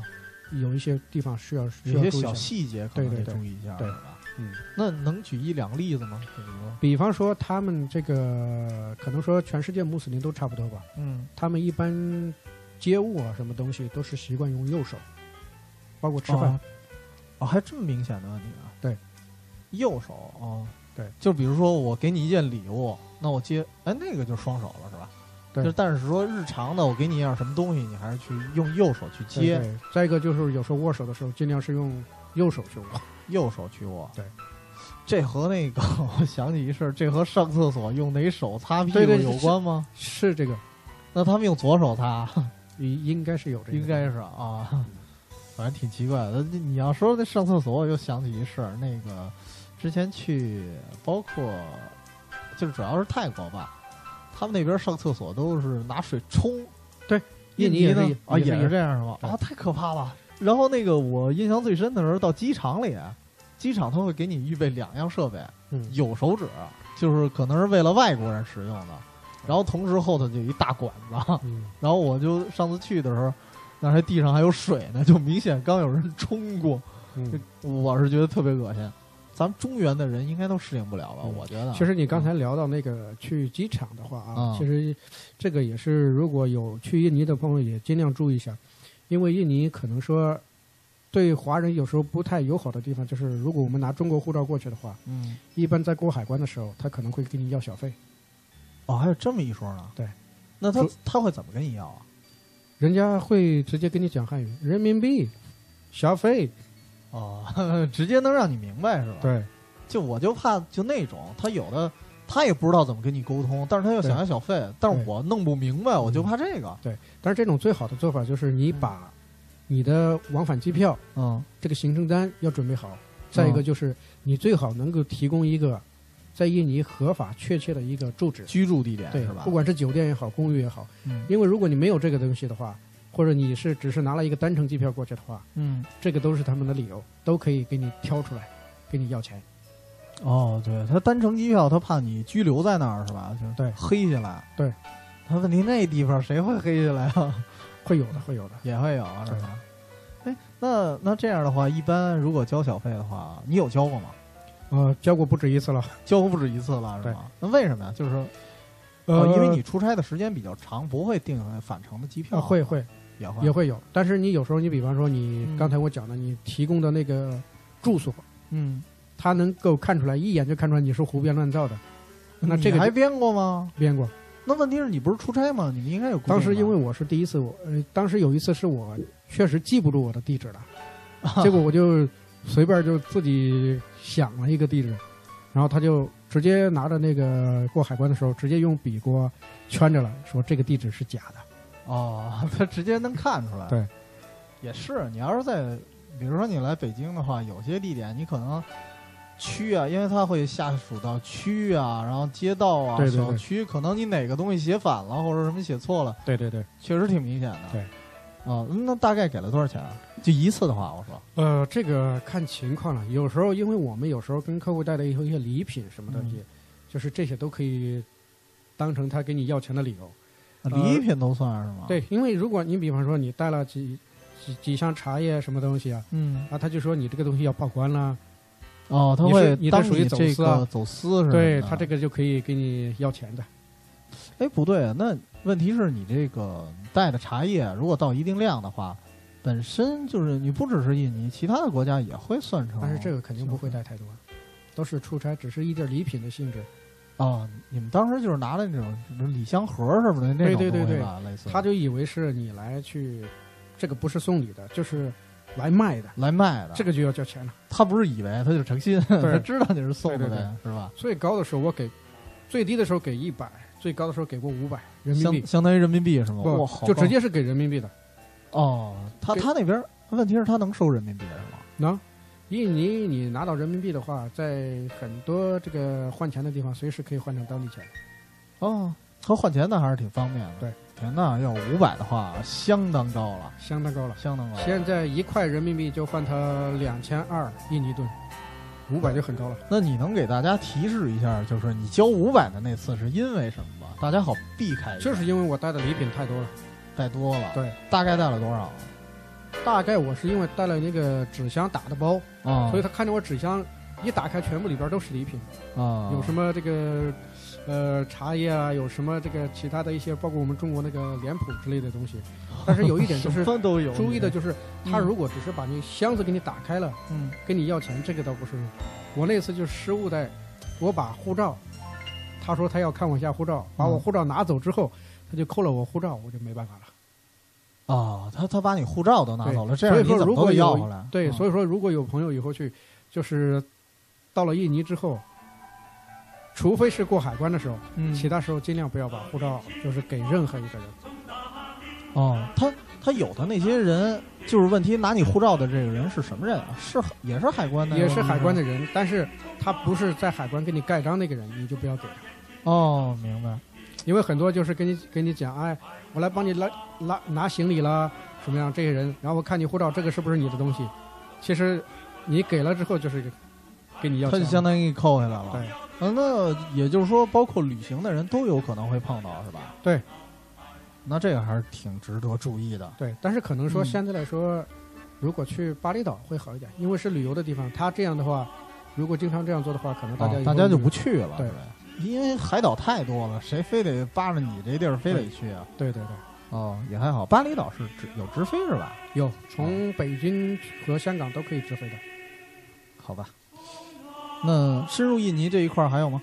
有一些地方需要需
有
要
些
注意
小
一下。
细节可能
对
得
对对
注意一下，
对
是吧？
嗯，
那能举一两例子吗？比如说，
比方说他们这个可能说全世界穆斯林都差不多吧，
嗯，
他们一般接物啊什么东西都是习惯用右手，包括吃饭。
哦，哦还这么明显的问题啊？
对，
右手哦，
对，
就比如说我给你一件礼物，那我接，哎，那个就双手了是吧？
对
就但是说日常的，我给你一样什么东西，你还是去用右手去
对
接，
对，再一个就是有时候握手的时候尽量是用右手去握。
右手去握。
对，
这和那个 我想起一事儿，这和上厕所用哪手擦屁股
对对
有关吗？
是这个，
那他们用左手擦，
应应该是有这个。
应该是啊，反正挺奇怪的。那你要说那上厕所，我又想起一事儿，那个之前去，包括就是主要是泰国吧，他们那边上厕所都是拿水冲。
对，
印
印尼也
呢
是
啊，
也是嗯
也是这样是吗？
对
啊，太可怕了。然后那个我印象最深的时候，到机场里，机场他会给你预备两样设备，
嗯，
有手指，就是可能是为了外国人使用的，然后同时后头就有一大管子。
嗯，
然后我就上次去的时候，那还地上还有水呢，就明显刚有人冲过，
嗯
我是觉得特别恶心。咱们中原的人应该都适应不了吧？
嗯
我觉得。
其实你刚才聊到那个去机场的话
啊，
啊其实这个也是，如果有去印尼的朋友也尽量注意一下，因为印尼可能说对华人有时候不太友好的地方，就是如果我们拿中国护照过去的话，
嗯，
一般在过海关的时候，他可能会给你要小费，
哦，还有这么一说呢。
对，
那他
主
他会怎么跟你要啊？
人家会直接跟你讲汉语，人民币，小费，
哦， 直接能让你明白是吧？，
对
就我就怕就那种，他有的他也不知道怎么跟你沟通，但是他又想要小费，但是
对
我弄不明白，我就怕这个。
对。但是这种最好的做法就是你把你的往返机票
嗯，
这个行程单要准备好。再
哦
一个就是，你最好能够提供一个在印尼合法确切的一个住址，
居住地点
对
是吧？
不管是酒店也好，公寓也好，
嗯
因为如果你没有这个东西的话，或者你是只是拿了一个单程机票过去的话，
嗯，
这个都是他们的理由，都可以给你挑出来，给你要钱。
哦，对他单程机票，他怕你拘留在那儿是吧？就是
对
黑下来。
对，
他问题那地方谁会黑下来啊？
会有的，会有的。
也会有啊是吧？哎，那那这样的话，一般如果交小费的话，你有交过吗？
呃，交过不止一次了。
交过不止一次了是
对
吗？那为什么呀？就是说
呃，
哦，因为你出差的时间比较长，不会订返程的机票。
啊会会
也会
也会有，但是你有时候你比方说你
嗯
刚才我讲的，你提供的那个住所，
嗯，
他能够看出来，一眼就看出来你是胡编乱造的。那这个
你
就
还编过吗？
编过。
那问题是你不是出差吗？你们应该有固定
当
的。
时因为我是第一次，我呃，当时有一次是我确实记不住我的地址了， 结果我就随便就自己想了一个地址，然后他就直接拿着那个过海关的时候，直接用笔给我圈着了，说这个地址是假的。
哦， 他直接能看出来。
对，
也是。你要是在，比如说你来北京的话，有些地点你可能区啊，因为它会下属到区啊，然后街道啊、
对对对
小区，可能你哪个东西写反了或者什么写错了，
对对对，
确实挺明显的。
对。
哦，那大概给了多少钱啊？就一次的话，我说，
呃，这个看情况了。有时候，因为我们有时候跟客户带的一些一些礼品什么东西，就是这些都可以当成他给你要钱的理由。呃
礼品都算是吗？，
对，因为如果你比方说你带了几几几箱茶叶什么东西啊，
嗯，
啊，他就说你这个东西要报关啦，
哦，他
你
会
是你这
当
属于
你
走
这
私啊
个走私是吧？嗯
对他这个就可以给你要钱的。
哎，不对啊，那问题是你这个带的茶叶，如果到一定量的话，本身就是你不只是印尼，其他的国家也会算成。
但是这个肯定不会带太多，都是出差，只是一点礼品的性质。
哦，你们当时就是拿了那种什么礼箱盒什么的那
对
种
对
东
对
西
对
吧，类似
他就以为是你来去，这个不是送礼的，就是来卖的，
来卖的。
这个就要交钱了。
他不是以为，他就诚心，他知道你是送的
对对
呗，是吧？
最高的时候我给，最低的时候给一百，最高的时候给过五百人民
相
币，
相当于人民币是吗？
不
哇，哦好
就
高
直接是给人民币的。
哦，他
给
他那边问题是他能收人民币是吗？
那、印尼你拿到人民币的话，在很多这个换钱的地方，随时可以换成当地钱。
哦，他换钱那还是挺方便的。
对，
天呐，要五百的话，相当高了，
相当高了。
相当高了。
现在一块人民币就换它两千二印尼盾，五百就很高了。
那你能给大家提示一下，就是你交五百的那次是因为什么吗？大家好避开一下，
就是因为我带的礼品太多了，
带多了，
对，
大概带了多少啊？
大概我是因为带了那个纸箱打的包，
啊
所以他看着我纸箱一打开，全部里边都是礼品，
啊，
有什
么？
么这个呃茶叶啊，有什么这个其他的一些，包括我们中国那个脸谱之类的东西。但是有一点就 是
什么都有，
注意的，就是
嗯
他如果只是把你箱子给你打开了，
嗯，
跟你要钱，这个倒不是。我那次就是失误在，我把护照，他说他要看我一下护照，把我护照拿走之后，他就扣了我护照，我就没办法了。
啊，他他把你护照都拿走了，这样
所
你
以说
怎么
如
都
果
得要
有
回来？嗯
对，所
以
以说如果有朋友以后去，就是到了印尼之后，除非是过海关的时候，
嗯，
其他时候尽量不要把护照就是给任何一个人。
哦，他他有的那些人，就是问题拿你护照的这个人是什么人啊？是也是海关的，
也是海关
的。
的人，但是他不是在海关给你盖章那个人，你就不要给他，
哦，明白。
因为很多就是跟你跟你讲，哎，我来帮你拉拉拿行李啦，什么样这些人，然后我看你护照，这个是不是你的东西？其实你给了之后就是给你要
他
钱
就
了，
相当于给你扣下来了。
对
啊，那也就是说，包括旅行的人都有可能会碰到，是吧？
对。
那这个还是挺值得注意的。
对，但是可能说
嗯
相对来说，如果去巴厘岛会好一点，因为是旅游的地方，他这样的话，如果经常这样做的话，可哦能大家、
啊大家就不去了，
对
是吧？因为海岛太多了，谁非得扒着你这地儿非得去啊？
对对对。
哦，也还好，巴厘岛是直有直飞是吧？哦
有从北京和香港都可以直飞的，
好吧。那深入印尼这一块儿还有吗？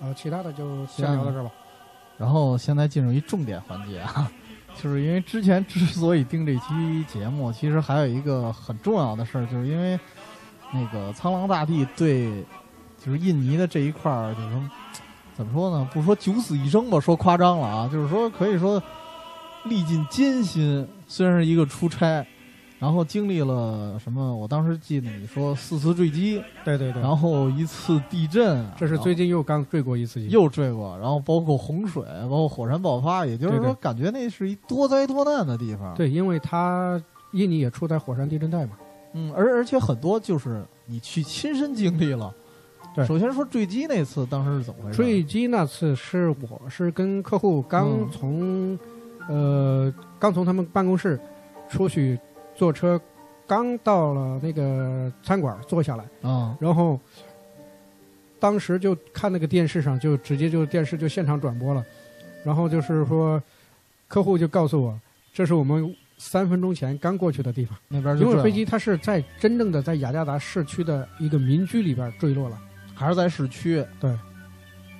呃，其他的就先聊到这儿吧。
然后现在进入一重点环节啊， 就是因为之前之所以定这期节目，其实还有一个很重要的事儿，就是因为那个苍狼大帝对就是印尼的这一块儿，就是说怎么说呢？不说九死一生吧，说夸张了 啊，就是说可以说历尽艰辛，虽然是一个出差，然后经历了什么？我当时记得你说四次坠机，
对对对，
然后一次地震啊，
这是最近又刚坠过一次机，
又坠过，然后包括洪水，包括火山爆发，也就是
嗯对
说，
对
感觉那是一多灾多难的地方。，
对，因为它印尼也处在火山地震带嘛，
嗯，而而且很多就是你去亲身经历了。
对
首先说坠机那次，当时是怎么回事？
坠机那次是我是跟客户刚
嗯
从、呃刚从他们办公室出去坐车，刚到了那个餐馆坐下来，
啊，
然后当时就看那个电视上就直接就电视就现场转播了，然后就是说客户就告诉我，这是我们三分钟前刚过去的地方，
那边就
因
坠
为
了
飞机它是在真正的在雅加达市区的一个民居里边坠落了。
还是在市区。
对，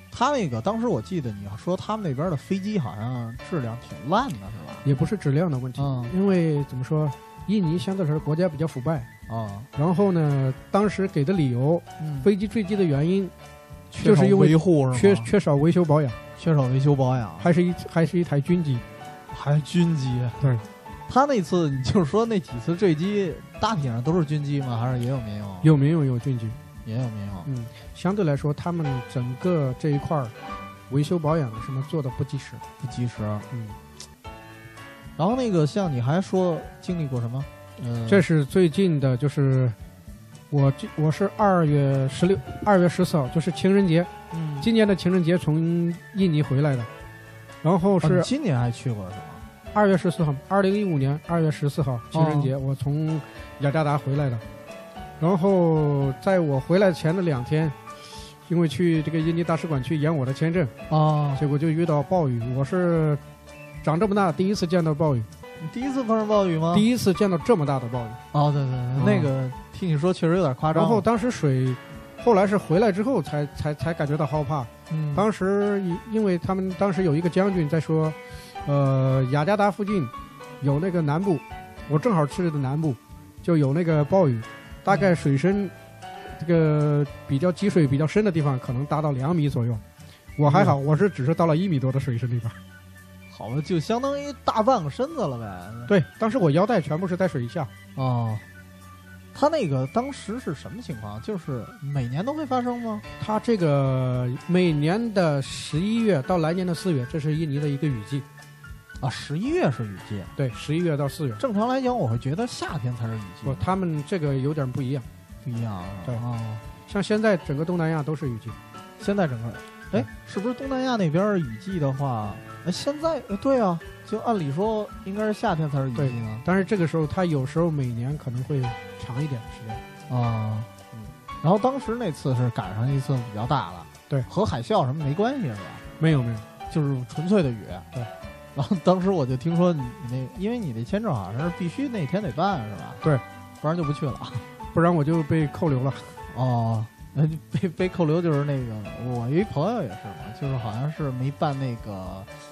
他那个当时我记得你说他们那边的飞机好像质量挺烂的，是吧？
也不是质量的问题，
嗯
因为怎么说，印尼相对来说国家比较腐败。
啊，
然后呢，当时给的理由，
嗯
飞机坠机的原因
缺少
就是因为
维护是吗？
缺缺少维修保养，
缺少维修保养，
还是一还是一台军机。
还军机。啊
对，
他那次你就是说那几次坠机，大体上都是军机吗？还是也有民用？
有民用有军机，
也有民用。
嗯，相对来说，他们整个这一块儿维修保养什么做的不及时。
不及时。
嗯，
然后那个像你还说经历过什么？嗯，
这是最近的，就是我这我是二月十六、二月十四号，就是情人节，
嗯
今年的情人节从印尼回来的，然后
哦你
是
今年还去过是吗？
二月十四号，二零一五年二月十四号情人节，我从雅加达回来的。然后在我回来前的两天，因为去这个印尼大使馆去延我的签证，
啊，
结果就遇到暴雨。我是长这么大第一次见到暴雨，
你第一次碰上暴雨吗？
第一次见到这么大的暴雨。
哦，对对对，那个听你说确实有点夸张。
然后当时水，后来是回来之后才才才感觉到害怕。
嗯，
当时因因为他们当时有一个将军在说，呃，雅加达附近有那个南部，我正好去了的南部，就有那个暴雨，大概水深这个比较积水比较深的地方可能达到两米左右。我还好，我是只是到了一米多的水深里边。
好吧，就相当于大半个身子了呗。
对，当时我腰带全部是在水下，
哦，他那个当时是什么情况？就是每年都会发生吗？
它这个每年的十一月到来年的四月，这是印尼的一个雨季。
啊，十一月是雨季，
对，十一月到四月。
正常来讲，我会觉得夏天才是雨季，
不，他们这个有点不一样。
不一样。
对
啊，
像现在整个东南亚都是雨季，
现在整个，哎，是不是东南亚那边雨季的话，哎，现在呃对啊，就按理说应该是夏天才是雨季呢。
但是这个时候它有时候每年可能会长一点时间。
啊，
嗯
然后当时那次是赶上一次比较大的，
对
和海啸什么没关系是吧？
没有没有，
就是纯粹的雨。
对。
然后当时我就听说你你那，因为你那签证好像是必须那天得办是吧？
对，
不然就不去了。
不然我就被扣留了。
哦，那就被被扣留就是那个，我有一朋友也是嘛，就是好像是没办那个，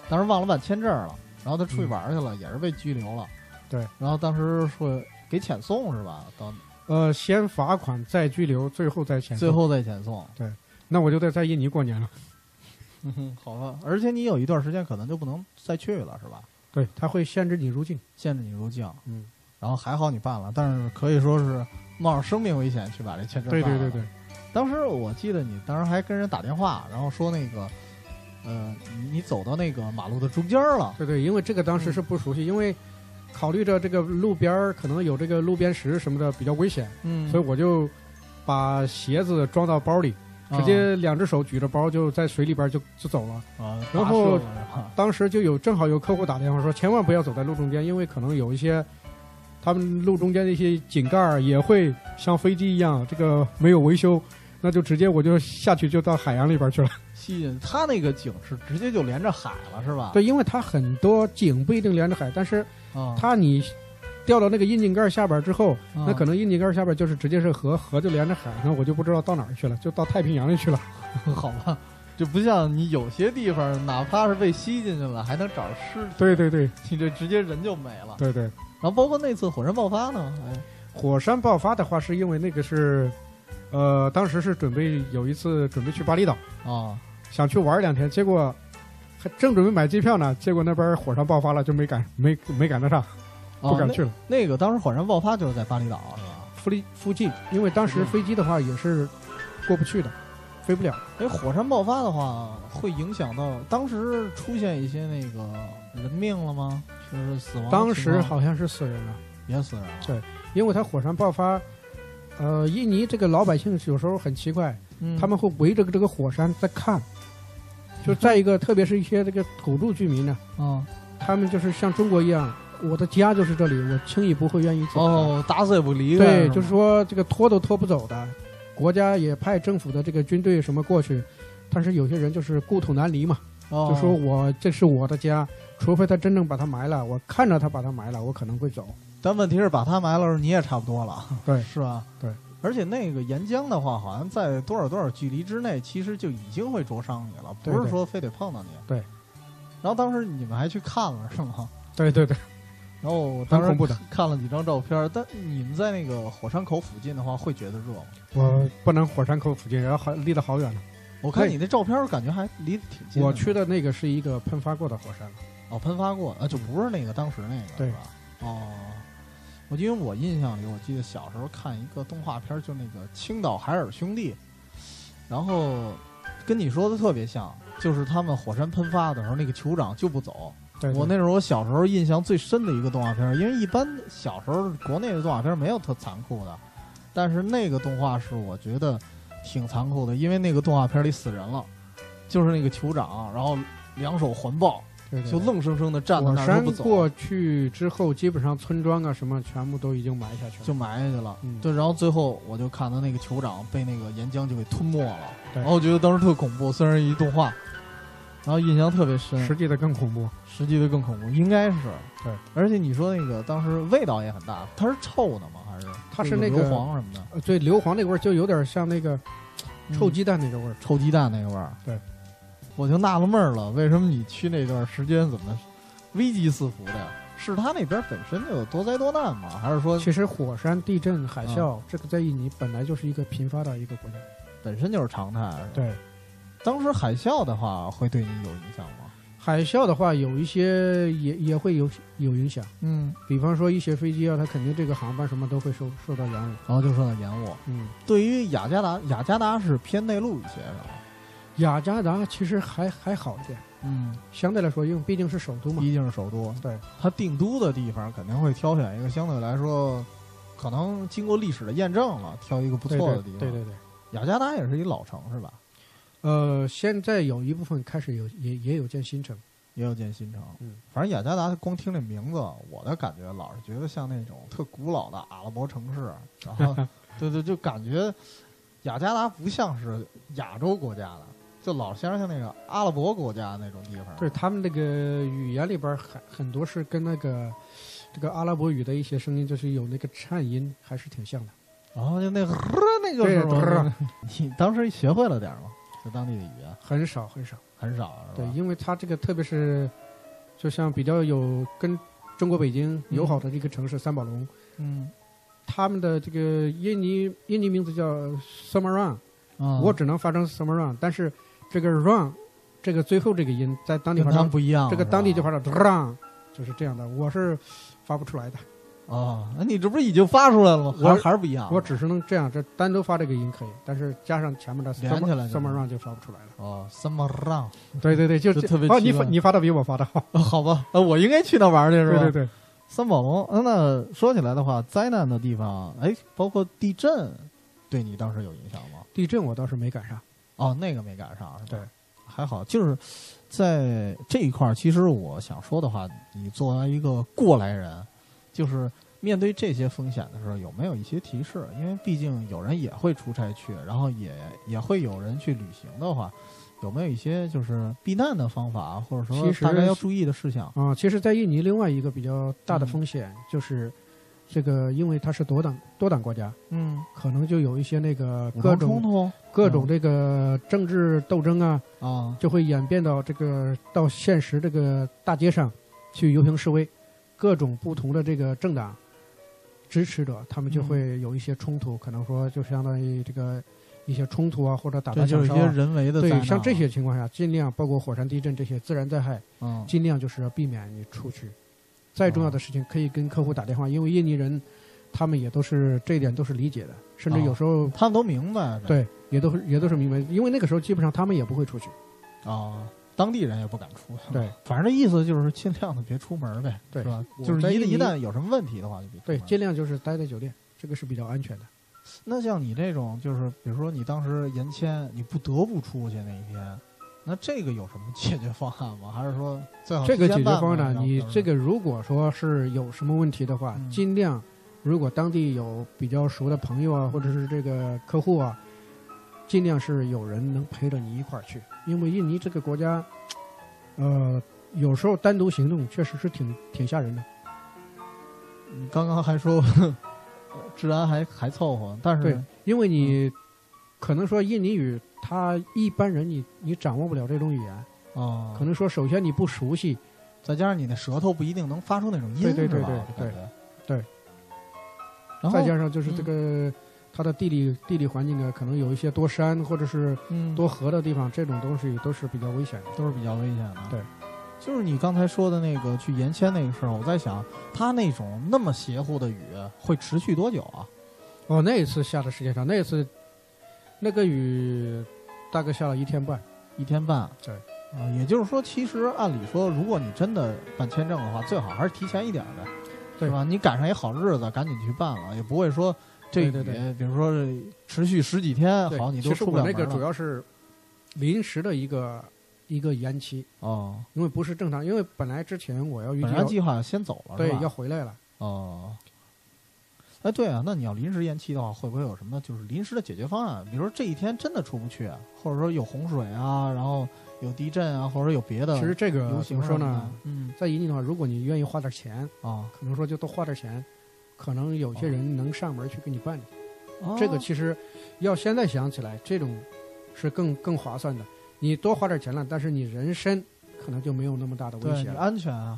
当时忘了办签证了，然后他出去玩去了，也是被拘留了。
对，
然后当时说给遣送是吧？到
呃，先罚款，再拘留，最后再遣送。
最，后再遣 送。
那我就得在印尼过年了。
嗯哼，好吧。而且你有一段时间可能就不能再去了是吧？
对，他会限制你入境。
限制你入境。
嗯，
然后还好你办了，但是可以说是冒着生命危险去把这签证办
对
了。
对对对，
当时我记得你当时还跟人打电话，然后说那个，呃，你你走到那个马路的中间了，
对对，因为这个当时是不熟悉，因为考虑着这个路边儿可能有这个路边石什么的比较危险，
嗯
所以我就把鞋子装到包里，
啊
直接两只手举着包就在水里边就就走了。
啊，
然后
跋涉了是吧
当时就有正好有客户打电话说，千万不要走在路中间，因为可能有一些他们路中间的一些井盖儿也会像飞机一样，这个没有维修，那就直接我就下去就到海洋里边去了。
吸引他那个景是直接就连着海了是吧？
对，因为它很多井不一定连着海，但是
啊，
它你掉到那个窨井盖儿下边儿之后，
嗯
那可能窨井盖儿下边儿就是直接是河，河就连着海，那我就不知道到哪儿去了，就到太平洋里去了。
好吧，就不像你有些地方，哪怕是被吸进去了，还能找着尸体，
对对对
你这直接人就没了。
对对，
然后包括那次火山爆发呢，哎，
火山爆发的话是因为那个是，呃，当时是准备有一次准备去巴厘岛。
啊，
想去玩两天，结果还正准备买机票呢，结果那边火山爆发了，就没赶没没赶得上。
哦
不敢去了。
那。那个当时火山爆发就是在巴厘岛，是吧？
附近附近，因为
嗯
当时飞机的话也是过不去的，飞不了。
因为火山爆发的话，会影响到当时出现一些那个人命了吗？哦就是死亡的情况。
当时好像是死人了，
也死人了。
对因为它火山爆发，呃，印尼这个老百姓有时候很奇怪，
嗯
他们会围着这个火山在看。就再一个，特别是一些这个土著居民呢，
嗯
他们就是像中国一样，我的家就是这里，我轻易不会愿意走。，
哦，打死也不离开。
对，
吗
就是说这个拖都拖不走的，国家也派政府的这个军队什么过去，但是有些人就是故土难离嘛，
哦
就说我这是我的家，除非他真正把它埋了，我看着他把它埋了，我可能会走。
但问题是，把他埋了，你也差不多了，
对
是吧？
对。
而且那个岩浆的话，好像在多少多少距离之内，其实就已经会灼伤你了，
对
不是
对
说非得碰到你。
对。
然后当时你们还去看了是吗？
对对对，
然后我当
很
时
恐怖的。
看了几张照片，但你们在那个火山口附近的话，会觉得热吗？
我不能火山口附近，然后好离得好远了。
我看
对
你那照片，感觉还离得挺近的。
我去的那个是一个喷发过的火山，
哦，喷发过啊，就不是那个当时那个
对
是吧？哦，我因为我印象里，我记得小时候看一个动画片儿，就那个青岛海尔兄弟，然后跟你说的特别像，就是他们火山喷发的时候，那个酋长就不走。
对
我那时候我小时候印象最深的一个动画片儿，因为一般小时候国内的动画片儿没有特残酷的，但是那个动画是我觉得挺残酷的，因为那个动画片儿里死人了，就是那个酋长，然后两手环抱。
对对
就愣生生的站在
火
那儿
山
都不走，
过去之后，基本上村庄啊什么全部都已经埋下去了。
就埋下去了。
嗯
对，然后最后我就看到那个酋长被那个岩浆就给吞没了，
对
然后我觉得当时特恐怖，虽然是一动画，然后印象特别深，
实际的更恐怖。
实际的更恐怖，应该是
对。
而且你说那个当时味道也很大，它是臭的吗？还是
它
就是
那
硫
个
磺什么的，
呃，对，硫磺那个味儿就有点像那个臭
臭
鸡蛋那个味儿。
臭鸡蛋那个味儿？
对，
我就纳了闷儿了，为什么你去那段时间怎么危机四伏的呀？是他那边本身就有多灾多难吗？还是说
其实火山、地震、海
嗯
啸，这个在印尼本来就是一个频发的一个国家。
本身就是常态？是吧
对，
当时海啸的话，会对你有影响吗？
海啸的话，有一些也也会有有影响，
嗯，
比方说一些飞机啊，它肯定这个航班什么都会受受到延误。
然后就说到延误。
嗯，
对于雅加达，雅加达是偏内陆一些，是吧？
雅加达其实还还好一点，
嗯，
相对来说，因为毕竟是首都嘛。
毕竟是首都，
对，
它定都的地方肯定会挑选一个相对来说，可能经过历史的验证了，挑一个不
对
错
对
的地方。
对对对。
雅加达也是一老城是吧？
呃，现在有一部分开始有也也有建新城，
也有建新城。
嗯，
反正雅加达光听这名字，我的感觉老是觉得像那种特古老的阿拉伯城市，然 后对对，就感觉雅加达不像是亚洲国家的，就老像像那个阿拉伯国家那种地方。
对他们那个语言里边儿很很多是跟那个这个阿拉伯语的一些声音，就是有那个颤音，还是挺像的。
然后就那个那个是
对
吗？ 你当时学会了点吗？就当地的语言
很少很少。
很少是
对
吧，？
因为它这个特别是，就像比较有跟中国北京友好的这个城市三宝龙，
嗯，
他们的这个印尼印尼名字叫 Samarang，、
嗯
我只能发成 Samarang，但是这个 rang 这个最后这个音在当地
跟
发
他
成
们不一样，
这个当地就是
吧
发成 rang，就是这样的，我是发不出来的，
哦，那你这不是已经发出来了吗？
我
还是还是不一样？
我只是能这样，这单独发这个音可以，但是加上前面的
连起来就
Samarang 就发不出来了。
哦，什么让？
对对对，就
就特别
哦，
奇
你发
怪
你发的比我发的哦好，
好吧，呃，我应该去那玩儿去是吧？
对对对，
三宝龙，呃那说起来的话，灾难的地方，哎，包括地震，对你当时有影响吗？
地震我倒是没赶上。
哦，那个没赶上，是吧
对，
还好，就是在这一块儿，其实我想说的话，你作为一个过来人，就是面对这些风险的时候，有没有一些提示？因为毕竟有人也会出差去，然后也也会有人去旅行的话，有没有一些就是避难的方法，啊或者说
其实
大概要注意的事项？
啊、其实，在印尼另外一个比较大的
嗯
风险、就是，这个因为它是多党多党国家，
嗯，
可能就有一些那个
武
各
装冲
种
突嗯
各种这个政治斗争啊，
啊，
就会演变到这个到现实这个大街上去游行示威，各种不同的这个政党支持者，他们
嗯
就会有一些冲突，可能说就相当于这个一些冲突啊，或者打
这
砸
就是一
抢烧
些
啊。
人为的灾
对，
难
像这
了，
些情况下，尽量包括火山、地震这些自然灾害，
嗯，
尽量就是要避免你出去。再重要的事情可以跟客户打电话，因为印尼人他们也都是这一点都是理解的，甚至有时候、
他们都明白。
对也都是也都是明白，因为那个时候基本上他们也不会出去。
啊，当地人也不敢出。
对，
反正意思就是尽量的别出门呗，
对
是吧？
我
就是
在
一
印尼
一旦有什么问题的话，就别出
对，
门。
尽量就是待在酒店，这个是比较安全的。
那像你这种，就是比如说你当时延签，你不得不出去那一天，那这个有什么解决方案吗？还 是说最好
这个
提
解
前
决
啊办
方
吧
案，你这，个如果说是有什么问题的话，
嗯
尽量如果当地有比较熟的朋友啊，或者是这个客户啊，尽量是有人能陪着你一块儿去，因为印尼这个国家，呃，有时候单独行动确实是挺挺吓人的。
要是你刚刚还说治安还还凑合，但
对
是，
因为
嗯
你、可能说印尼语，它一般人你你掌握不了这种语言，
啊，
可能说首先你不熟悉，
再加上你的舌头不一定能发出那种音，
对对
是
对
吧
对
我就感觉
对对
然后嗯
再加上就是这个它的地理地理环境啊，可能有一些多山或者是
嗯，
多河的地方，这种东西都是比较危险的。
都是比较危险的。
对，
就是你刚才说的那个去延签那个事儿，我在想，他那种那么邪乎的雨会持续多久啊？
哦，那一次下的时间长，那一次那个雨大概下了一天半。
一天半。
对
啊、也就是说，其实按理说，如果你真的办签证的话，最好还是提前一点儿呗，
对
是吧？你赶上一好日子，赶紧去办了，也不会说这雨，
对对
比如说是持续十几天，好，你
其
都出
实
不
我
了
那个
门
主
了。
要是临时的一个一个延期，
哦，
因为不是正常，因为本来之前我要预计
本来
要
计划先走了，
对
是吧
要回来了。
哦，哎，对啊，那你要临时延期的话，会不会有什么就是临时的解决方案？比如说这一天真的出不去，或者说有洪水啊，然后有地震啊，或者有别的
其实这个
游
怎
行
么说
什么的
呢？？哦
嗯
在印尼的话，如果你愿意花点钱，
啊，
可能说就多花点钱，可能有些人能上门去给你办理。这个
哦
其实要现在想起来，这种是更更划算的。你多花点钱了，但是你人身可能就没有那么大的威
对
胁
你
了。
安全啊，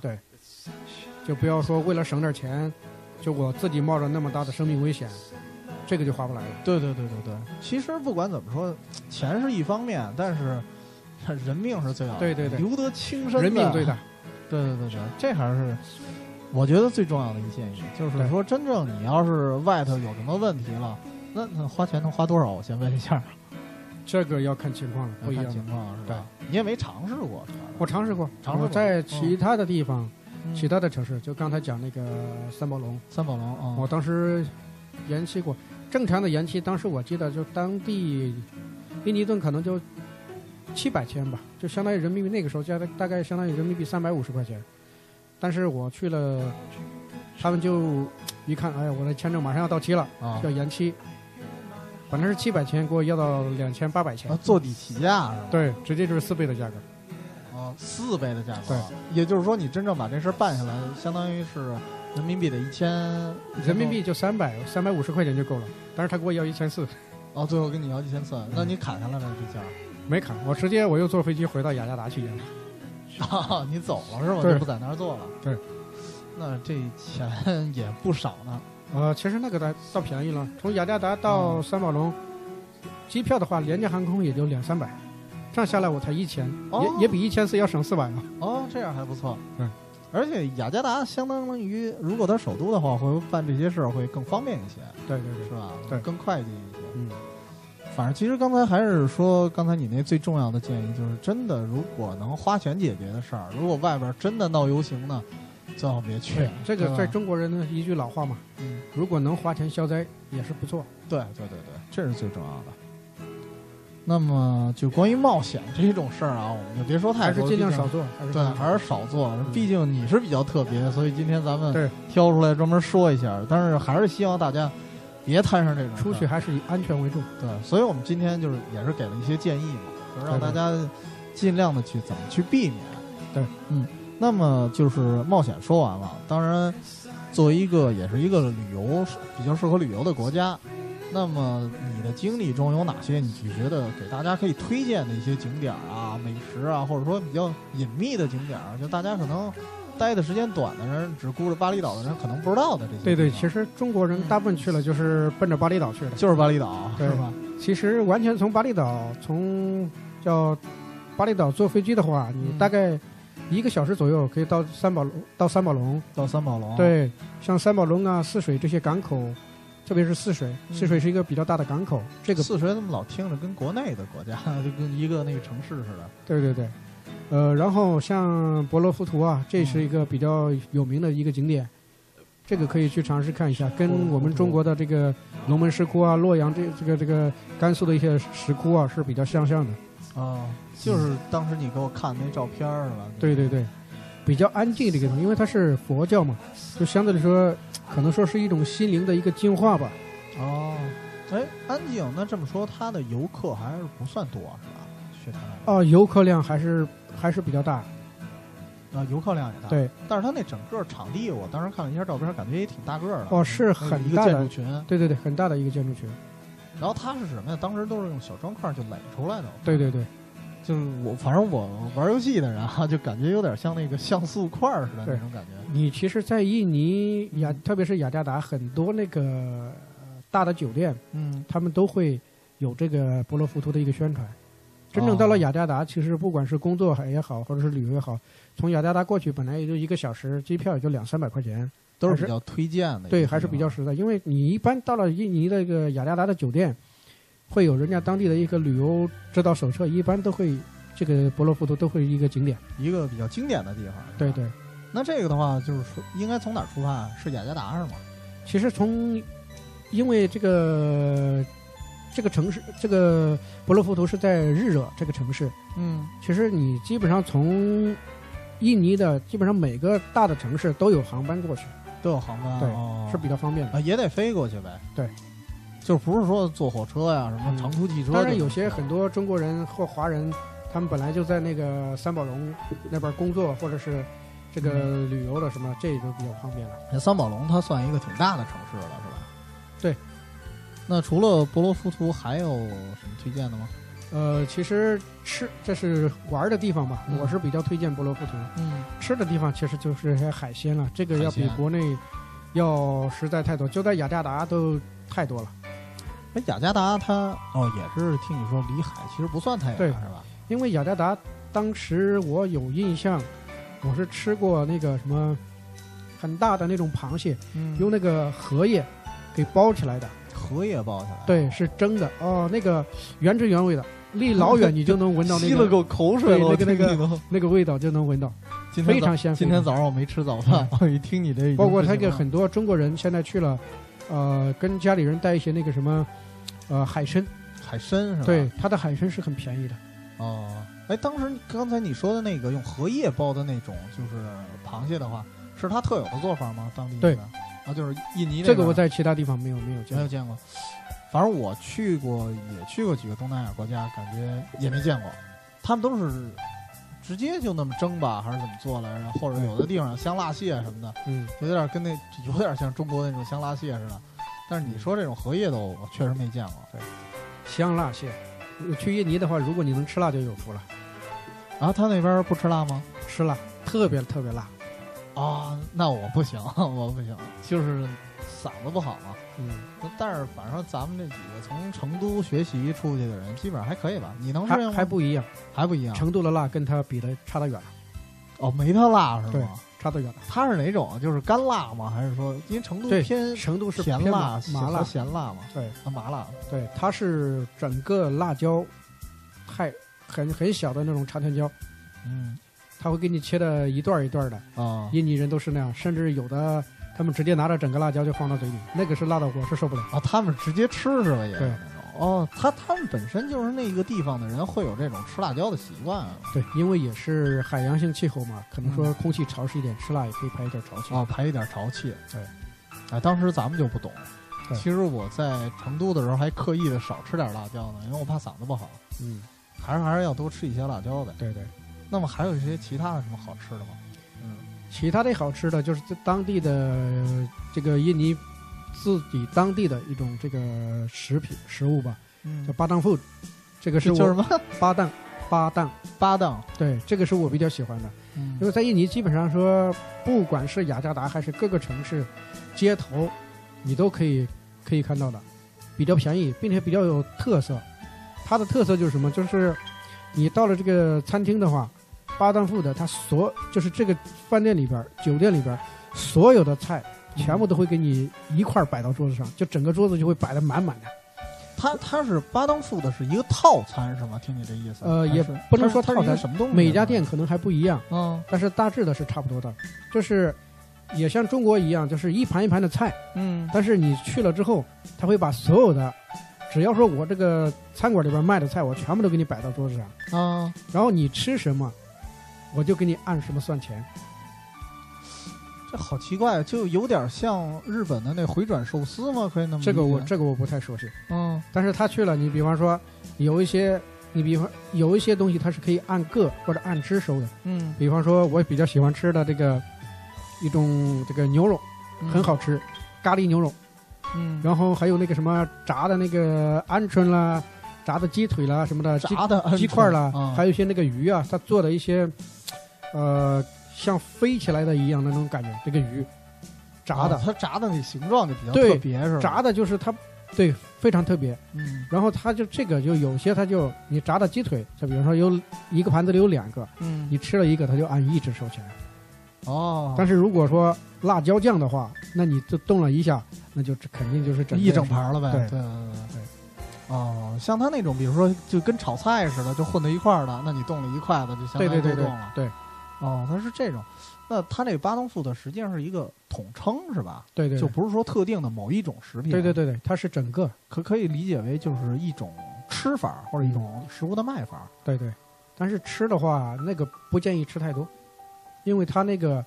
就不要说为了省点钱，就我自己冒着那么大的生命危险，这个就划不来了。
对对对对对。其实不管怎么说，钱是一方面，但是人命是最好的，
对对对
留得青山
人命最
在。
大，
对对对对，这还是我觉得最重要的一建议，就是说，真正你要是外头有什么问题了，那那花钱能花多少？我先问一下，
这个要看情况了， 不一
看
样。
情况是吧？你也没尝试过是吧？
我尝试过，
尝试过
我在其他的地方、
嗯
其他的城市，就刚才讲那个三宝龙，
三宝龙啊，
我当时延期过，正常的延期，当时我记得就当地印尼盾可能就七百千吧，就相当于人民币那个时候加大概相当于人民币三百五十块钱。但是我去了，他们就一看，哎呀，我的签证马上要到期了，
啊
要延期，本来是七百千，给我要到两千八百千
啊，，坐地起价是吧？
对，直接就是四倍的价格。
啊，四倍的价格。
对，
也就是说，你真正把这事儿办下来，相当于是人民币的一千，
人民币就三百三百五十块钱就够了，但是他给我要一千四，
哦，最后跟你要一千四，
嗯
那你砍下来了这价儿。
没砍，我直接我又坐飞机回到雅加达去演了。
啊，你走了是吧？
对
就不在那儿做了。
对，
那这钱 也不少呢。
呃，其实那个倒倒便宜了，从雅加达到
嗯
三宝龙，机票的话，廉价航空也就两三百，这样下来我才一千、
哦
也也比一千四要省四百啊嘛。
哦，这样还不错。
对，
而且雅加达相当于，如果它首都的话，会不会办这些事儿会更方便一些，
对对对
是，吧？
对
更快捷一些。
嗯，
反正其实刚才还是说，刚才你那最重要的建议就是，真的如果能花钱解决的事儿，如果外边真的闹游行呢，最好别去
对。这
对吧
个在中国人的一句老话嘛，
嗯，
如果能花钱消灾也是不错。
对对对对，这是最重要的。那么就关于冒险这种事儿啊，我们就别说太
还
多，
是尽量
毕竟
少做，嗯还
对
是尽，量少
还是少做。毕竟你是比较特别，所以今天咱们
对
挑出来专门说一下。但是还是希望大家别摊上这种事儿
出去。还是以安全为重。
对，所以我们今天就是也是给了一些建议嘛，就是让大
对对
家尽量的去怎么去避免。
对，
嗯。那么就是冒险说完了，当然，作为一个也是一个旅游比较适合旅游的国家，那么你的经历中有哪些你觉得给大家可以推荐的一些景点儿啊、美食啊，或者说比较隐秘的景点儿，就大家可能待的时间短的人，只顾着巴厘岛的人可能不知道的这些地方。
对对，其实中国人大部分去了就是奔着巴厘岛去的。
就是巴厘岛，
对
是吧？
其实完全从巴厘岛，从叫巴厘岛坐飞机的话，你
嗯
大概一个小时左右可以到三宝到三宝龙，
到三宝龙，，
对，像三宝龙啊、泗水这些港口，特别是泗水，
嗯
泗水是一个比较大的港口，这个
泗水怎么老听着跟国内的国家 就跟一个那个城市似的？
对对对，呃，然后像博罗浮屠啊，这是一个比较有名的一个景点，这个可以去尝试看一
罗
下，
浮
跟
屠
我们中国的这个龙门石窟啊、洛阳这这个这个甘肃的一些石窟啊是比较相像的。
啊，就是当时你给我看那照片儿了，
对对对，比较安静这个地方，因为它是佛教嘛，就相对来说，可能说是一种心灵的一个净化吧。
哦，哎，安静，那这么说，它的游客还是不算多，是吧？去它那儿
啊、游客量还是还是比较大。
啊，游客量也大，
对。
但是它那整个场地，我当时看了一下照片，感觉也挺大个儿的。
哦是
那
很
一个
大的
建筑群。
对对对，很大的一个建筑群。
然后它是什么呀？当时都是用小砖块就垒出来的。
对对对
就是我，反正我玩游戏的人啊，就感觉有点像那个像素块儿似的
对
那种感觉。
你其实，在印尼雅，
嗯
特别是雅加达，很多那个呃大的酒店，
嗯，
他们都会有这个波罗浮屠的一个宣传。真正
哦
到了雅加达，其实不管是工作也好，或者是旅游也好，从雅加达过去本来也就一个小时，机票也就两三百块钱，
都
还
是
是
比较推荐的。
对，还是比较实在。因为你一般到了印尼的一个雅加达的酒店，会有人家当地的一个旅游指导手册，一般都会这个波罗浮屠都会一个景点。
一个比较经典的地方。是吧
对。对，
那这个的话，就是说应该从哪儿出发啊？是雅加达是吗？
其实从因为这个这个城市，这个博洛浮屠是在日惹这个城市。
嗯，
其实你基本上从印尼的基本上每个大的城市都有航班过去，
都有航班。
对
哦
是比较方便的。
啊，也得飞过去呗。
对，
就不是说坐火车呀、什么
嗯
长途汽车就能
当
到。
然，有些很多中国人或华人，他们本来就在那个三宝龙那边工作，或者是这个旅游的什么，这就比较方便了。
那三宝龙它算一个挺大的城市了，是吧？
对。
那除了博罗浮屠，还有什么推荐的吗？
呃，其实吃这是玩儿的地方吧，
嗯
我是比较推荐博洛浮屠。
嗯，
吃的地方其实就是些海鲜了，这个要
海
比
鲜
国内要实在太多，就在雅加达都太多了。
哎，雅加达它哦也是听你说离海其实不算太
对
远，是吧？
因为雅加达当时我有印象，我是吃过那个什么很大的那种螃蟹，
嗯
用那个荷叶给包起来的，
荷叶包下来，
对，是蒸的哦，那个原汁原味的，离老远你就能闻到那
吸了
个
口口水了，
对
我
那个
听
那
你都
那个味道就能闻到，
今
非
天早
常鲜。
今
非常
天早上我没吃早饭， 我一听你这已经
包括
不
他
行
给
了
很多中国人现在去了，呃，跟家里人带一些那个什么，呃，海参，
海参是吧？
对，它的海参是很便宜的。
哦，哎，当时你刚才你说的那个用荷叶包的那种，就是螃蟹的话，是它特有的做法吗？当地
对
的啊，就是印尼那
这个
边
我在其他地方没有没有见
没有
过。
见过。反正我去过，也去过几个东南亚国家，感觉也没见过。他们都是直接就那么蒸吧，还是怎么做来着？或者有的地方香辣蟹什么的，
嗯，
有点跟那有点像中国那种香辣蟹似的。但是
嗯
你说这种荷叶的，我确实没见过。
香辣蟹，呃去印尼的话，如果你能吃辣就有福了，
然啊后他那边不吃辣吗？
吃辣特别特别辣。
啊，那我不行，我不行，就是嗓子不好嘛。
嗯，
但是反正咱们这几个从成都学习出去的人，基本上还可以吧？你能适应
还
吗？啊
还不一样，
还不一样？
成都的辣跟它比的差得远了，
哦，没他辣是
对
吗？
差得远了。
它是哪种？啊就是干辣吗？还是说因为成都
对
偏
成都是
甜
偏
辣、
麻
和
辣，
咸辣嘛？
对
啊，麻辣。
对，它是整个辣椒，太很很小的那种长条椒，
嗯
它会给你切的一段儿一段儿的。
啊
印尼人都是那样，甚至有的他们直接拿着整个辣椒就放到嘴里，那个是辣的我是受不了。
啊，他们直接吃是吧？也是
对
那种。哦，他他们本身就是那个地方的人会有这种吃辣椒的习惯啊
对，因为也是海洋性气候嘛，可能说空气潮湿一点，吃辣也可以排一点潮气。
啊，排一点潮气。
对，
啊，当时咱们就不懂。
对
其实我在成都的时候还刻意的少吃点辣椒呢，因为我怕嗓子不好，
嗯，
还是还是要多吃一些辣椒呗。
对对。
那么还有一些其他的什么好吃的吗？嗯，
其他的好吃的就是这当地的呃这个印尼自己当地的一种这个食品食物吧，叫
嗯，
巴当 food，这个是
这叫什
我
么？
巴当巴当，
巴当。
对，这个是我比较喜欢的，
嗯
因为在印尼基本上说，不管是雅加达还是各个城市街头，你都可以可以看到的，比较便宜，并且比较有特色。它的特色就是什么？就是你到了这个餐厅的话，巴旦富的，他所就是这个饭店里边、酒店里边所有的菜，全部都会给你一块儿摆到桌子上，就整个桌子就会摆得满满的。
它它是巴当富的是一个套餐是吗？听你这意思，
呃
还
也
是
不能说
它是
套
它是一个
餐
什么东西，
每家店可能还不一样，
嗯
但是大致的是差不多的，就是也像中国一样，就是一盘一盘的菜。
嗯
但是你去了之后，他会把所有的，只要说我这个餐馆里边卖的菜，我全部都给你摆到桌子上，
啊，
然后你吃什么，我就给你按什么算钱。
这好奇怪，就有点像日本的那回转寿司吗？可以那么
这个我
理解
这个我不太熟悉，
嗯
但是他去了，你比方说有一些，你比方有一些东西它是可以按个或者按只收的，
嗯
比方说我比较喜欢吃的这个一种这个牛肉很，好吃，咖喱牛肉，
嗯，
然后还有那个什么炸的那个鹌鹑啦，炸的鸡腿啦什么的，鸡
炸的
鸡块啦，
嗯
还有一些那个鱼啊，它做的一些，呃，像飞起来的一样的那种感觉。这个鱼，炸的，
哦它炸的那形状就比较
对
特别是吧？
炸的就是它，对，非常特别。
嗯
然后它就这个就有些它就你炸的鸡腿，就比如说有一个盘子里有两个，
嗯
你吃了一个，它就按一只收钱。
哦，
但是如果说辣椒酱的话，那你就动了一下，那就肯定就是整个
一整。盘了呗，
对
对对对。哦，像他那种，比如说就跟炒菜似的，就混在一块儿的，那你动了一筷子，就相当
对
于
对对
都
对
动了。
对
哦，它是这种。那它这个巴东富的实际上是一个统称是吧？
对对，
就不是说特定的某一种食品。
对对，对对，它是整个，
可可以理解为就是一种吃法或者一种食物的卖法。
对对，但是吃的话，那个不建议吃太多，因为它那个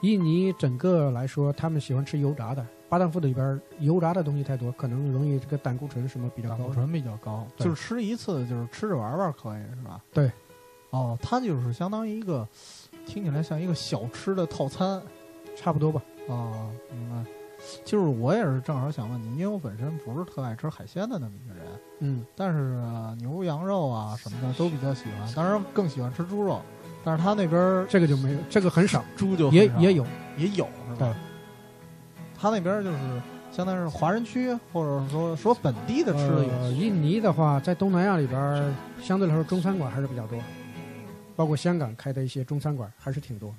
印尼整个来说，他们喜欢吃油炸的，巴旦富里边儿油炸的东西太多，可能容易这个胆固醇什么比较
胆
高
固。醇比较高，
对
就是吃一次，就是吃着玩玩可以是吧？
对。
哦，它就是相当于一个，听起来像一个小吃的套餐。
差不多吧。嗯
哦，明白。就是我也是正好想问你，因为我本身不是特爱吃海鲜的那么一个人，
嗯，
但是、呃牛羊肉啊什么的都比较喜欢，当然更喜欢吃猪肉。但是他那边儿
这个就没有，这个很少，
猪就
也
很少
也有，
也有是吧
对？
他那边儿就是相当于是华人区，或者说说本地的吃的有。
呃，印尼的话，在东南亚里边儿，相对来说中餐馆还是比较多，包括香港开的一些中餐馆还是挺多。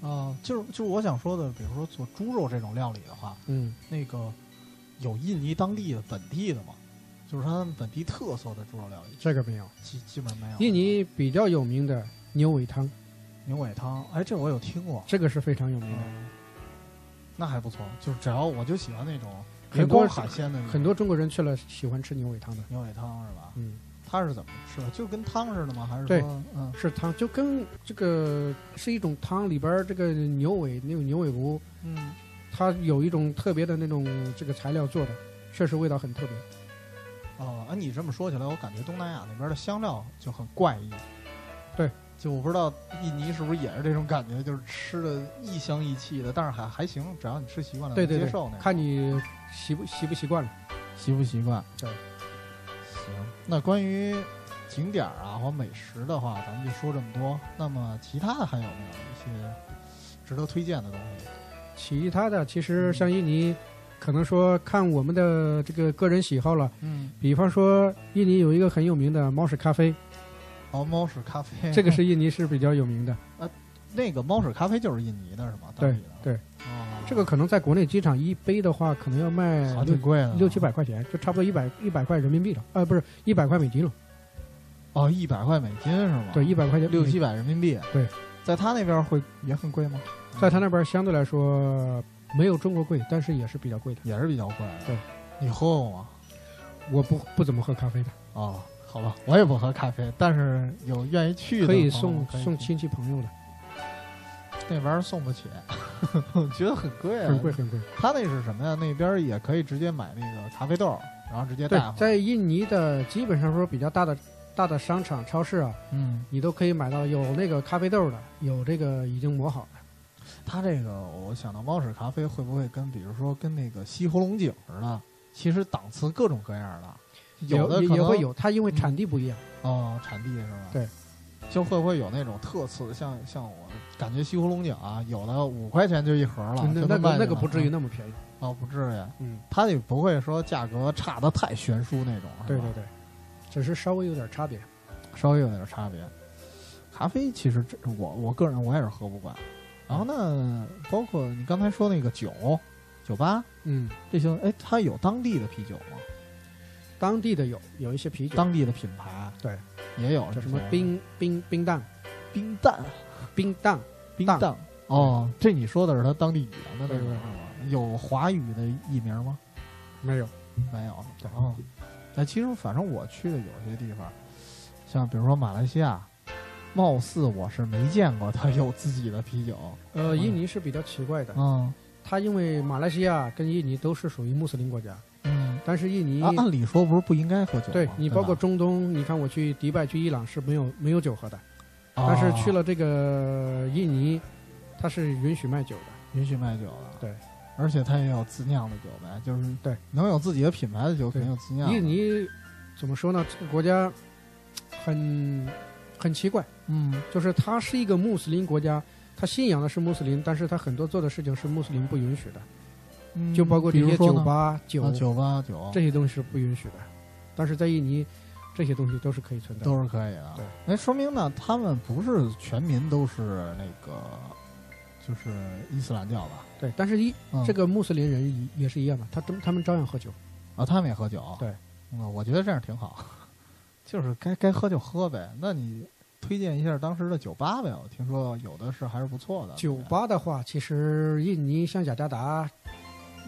呃
啊，就是就是我想说的，比如说做猪肉这种料理的话，
嗯，
那个有印尼当地的本地的吗？就是他们本地特色的猪肉料理，
这个没有。
基基本没有。
印尼比较有名的牛尾汤，
牛尾汤，哎，这我有听过，
这个是非常有名的。
那还不错。就是只要我就喜欢那种别
很多
光海鲜的那种
很多中国人去了喜欢吃牛尾汤的，
牛尾汤是吧？
嗯，
它是怎么吃的？就跟汤似的吗？还是
对
说嗯
是汤，就跟这个是一种汤里边儿这个牛尾那种牛尾骨，
嗯
它有一种特别的那种这个材料做的，确实味道很特别。
哦，哎，你这么说起来，我感觉东南亚那边的香料就很怪异。
对，
就我不知道印尼是不是也是这种感觉，就是吃的异香异气的，但是还还行，只要你吃习惯了，
对
能啊
对
接
对
受那，
看你习不习不习惯了。
习不习惯。
对，
行。那关于景点儿啊或美食的话，咱们就说这么多。那么其他的还有没有一些值得推荐的东西？
其他的其实像印尼，可能说看我们的这个个人喜好了。
嗯，
比方说，印尼有一个很有名的猫屎咖啡，
哦，猫屎咖啡，
这个是印尼是比较有名的。
那个猫屎咖啡就是印尼的是吗？当
对
地的。
对，
哦，
这个可能在国内机场一杯的话，可能要卖
还
六
挺贵的，啊
六七百块钱，就差不多一百一百块人民币了，呃，不是一百块美金了，
哦，一百块美金是吗？
对，一百块钱
六七，百人民币。
对，
在他那边会也很贵吗？
在他那边相对来说没有中国贵，但是也是比较贵的。
也是比较贵啊的。
对，
你喝过吗？
我不不怎么喝咖啡的，
哦，好吧，我也不喝咖啡，但是有愿意去的
可以
朋友
送
可以
送
去
亲戚朋友的，
那玩意儿送不起， 我觉得很贵啊。
很贵。很贵。
他那是什么呀？那边也可以直接买那个咖啡豆，然后直接带
对
回来。，
在印尼的基本上说比较大的大的商场超市啊，
嗯，
你都可以买到有那个咖啡豆的，有这个已经磨好的。
他这个我想到猫屎咖啡会不会跟比如说跟那个西湖龙井似的？其实档次各种各样的，有的
也
可
也
能嗯
会有，它因为产地不一样。
哦，产地是吧？
对，
就会不会有那种特次，像像我感觉西湖龙井啊，有的五块钱就一盒了，
嗯那
就
那
能卖
个那
进
个
来
不至于
啊
那么便宜。
哦，不至于，
嗯，
它也不会说价格差的太悬殊那种，是吧
对对对，只是稍微有点差别。
稍微有点差别。咖啡其实这我我个人我也是喝不惯。然后呢，包括你刚才说那个酒、酒吧
嗯，
这些，哎，它有当地的啤酒吗？
当地的有有一些啤酒，
当地的品牌
对，
也有
叫什么冰冰冰蛋
冰蛋
冰蛋，
冰
蛋
蛋哦，这你说的是它当地语言的那
对对
个有华语的译名吗？
没有，
没有，对哦。那其实反正我去的有些地方，像比如说马来西亚，貌似我是没见过它有自己的啤酒。
呃，
嗯
印尼是比较奇怪的，
嗯
它因为马来西亚跟印尼都是属于穆斯林国家，
嗯，
但是印尼
啊，按理说不是不应该喝酒吗？
对你包括
吧，
中东，你看我去迪拜、去伊朗是没有没有酒喝的，
哦
但是去了这个印尼，它是允许卖酒的。
允许卖酒的，
对，
而且它也有自酿的酒呗，就是
对，
能有自己的品牌的酒，肯定有自酿的。
印尼怎么说呢？这个国家很很奇怪，
嗯
就是它是一个穆斯林国家，它信仰的是穆斯林，但是它很多做的事情是穆斯林不允许的，
嗯，
就包括
比
这
如
些
说
酒
呢
吧、酒
啊酒吧酒
这些东西是不允许的。但是在印尼，这些东西都是可以存在的。
都是可以的
对。
那说明呢，他们不是全民都是那个，就是伊斯兰教吧？
对，但是一
嗯、
这个穆斯林人也也是一样的，他他们照样喝酒。
啊，他们也喝酒。
对，
嗯，我觉得这样挺好， 就是该该喝就喝呗。那你推荐一下当时的酒吧呗？我听说有的是还是不错的。
酒吧的话，其实印尼像雅加达，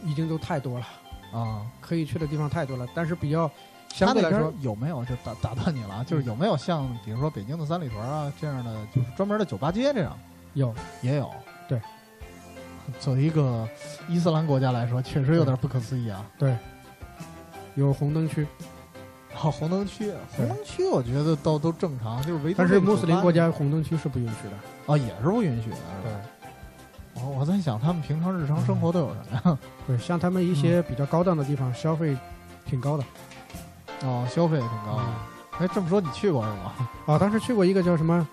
已经都太多了，
啊，
可以去的地方太多了。但是比较
他
相对
那
来
边
说，
有没有就打打断你了啊？就是有没有像比如说北京的三里屯啊这样的，就是专门的酒吧街这样
有
也有？
对。
作为一个伊斯兰国家来说，确实有点不可思议啊！
有红灯区，
好，啊红灯区，
对
红灯区我觉得倒都正常，就是唯独
但是
那个
穆
酒
斯林
吧嗯
国家红灯区是不允许的。
哦也是不允许的。是吧，我我在想他们平常日常生活都有什么呀？
对，像他们一些
嗯
比较高档的地方，消费挺高的。
哦，消费也挺高
嗯
的。哎，这么说你去过是吗？
啊，当时去过一个叫什么，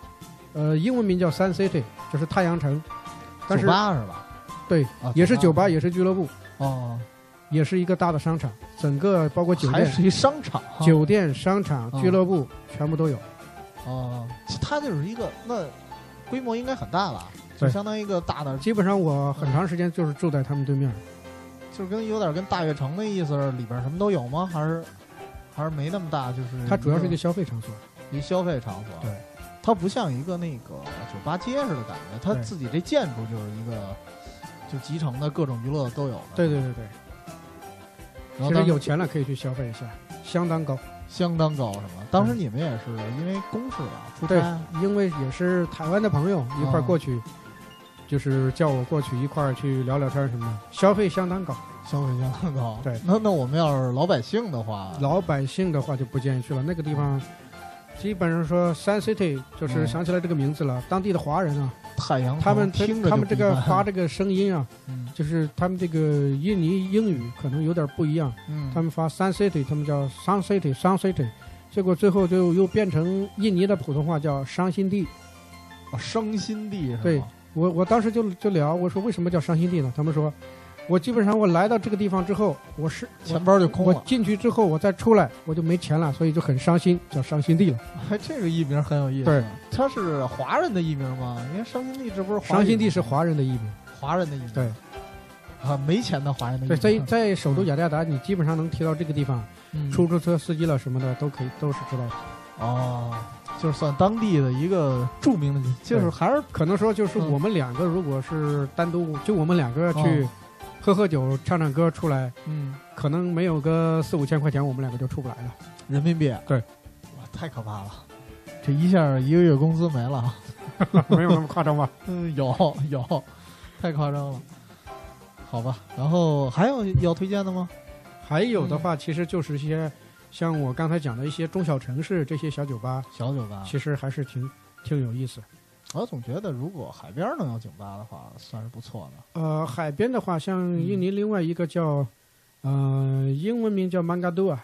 呃，英文名叫 Sun City，就是太阳城，但
酒
是
吧是吧？
对
啊，
也是酒吧，
也
也是俱乐部，
哦，
也是一个大的商场，整个包括酒
还
店、
是一商场啊
酒店、商场、
嗯
俱乐部全部都有。
哦，其它就是一个那规模应该很大了，就
对
相当于一个大的，
基本上我很长时间就是住在他们对面。
就是跟有点跟大悦城的意思，里边什么都有吗？还是还是没那么大？就是
它主要是一
个
个消费场所。
一消费场所，
对，
它不像一个那个酒吧街似的感觉，它
对
自己这建筑就是一个，就集成的各种娱乐都有的，
对，对对对，
然后当
其实
时
有钱了可以去消费一下，相当高。
相当高是吗？当时你们也是因为公事啊，出
嗯对
差，
因为也是台湾的朋友
啊
一块儿过去，就是叫我过去一块儿去聊聊天儿什么的，消费相当高。
消费相当高，
对
那那我们要是老百姓的话，
老百姓的话就不建议去了，那个地方。基本上说三 City 就是
嗯
想起来这个名字了，当地的华人啊，
太阳
他们
城听着
他们这个发
发，
这个声音啊，
嗯
就是他们这个印尼英语可能有点不一样，
嗯，
他们发三 city，他们叫商 city，商 city，结果最后就又变成印尼的普通话叫伤心地。
哦伤心地是吗？
对我我当时就就聊，我说为什么叫伤心地呢？他们说，我基本上我来到这个地方之后，我是
钱包就
我
空
我
了，
进去之后我再出来我就没钱了，所以就很伤心，叫伤心地了。
哎，这个艺名很有意思。
对，
他是华人的艺名吗？因为伤心地这不是华
伤心地
语
是华人的译名。
华人的艺名，
对
啊，没钱的华人的艺
对，
名，
在在首都雅加达，你基本上能提到这个地方，
嗯
出租车司机了什么的都可以都是知道的。
哦，就是算当地的一个著名的，就是
嗯
还是
可能说就是
嗯
我们两个，如果是单独，就我们两个去
哦
喝喝酒、唱唱歌出来，
嗯
可能没有个四五千块钱，我们两个就出不来了。
人民币，
对，
哇，太可怕了，这一下一个月工资没了，
没有那么夸张吧？
嗯，有 有，太夸张了，好吧，然后还有要推荐的吗？
还有的话，其实就是一些像我刚才讲的一些中小城市这些小酒吧，
小酒吧，
其实还是挺挺有意思。
我总觉得如果海边能有酒吧的话，算是不错的。
呃，海边的话，像印尼另外一个叫，呃，英文名叫 Manga Dua，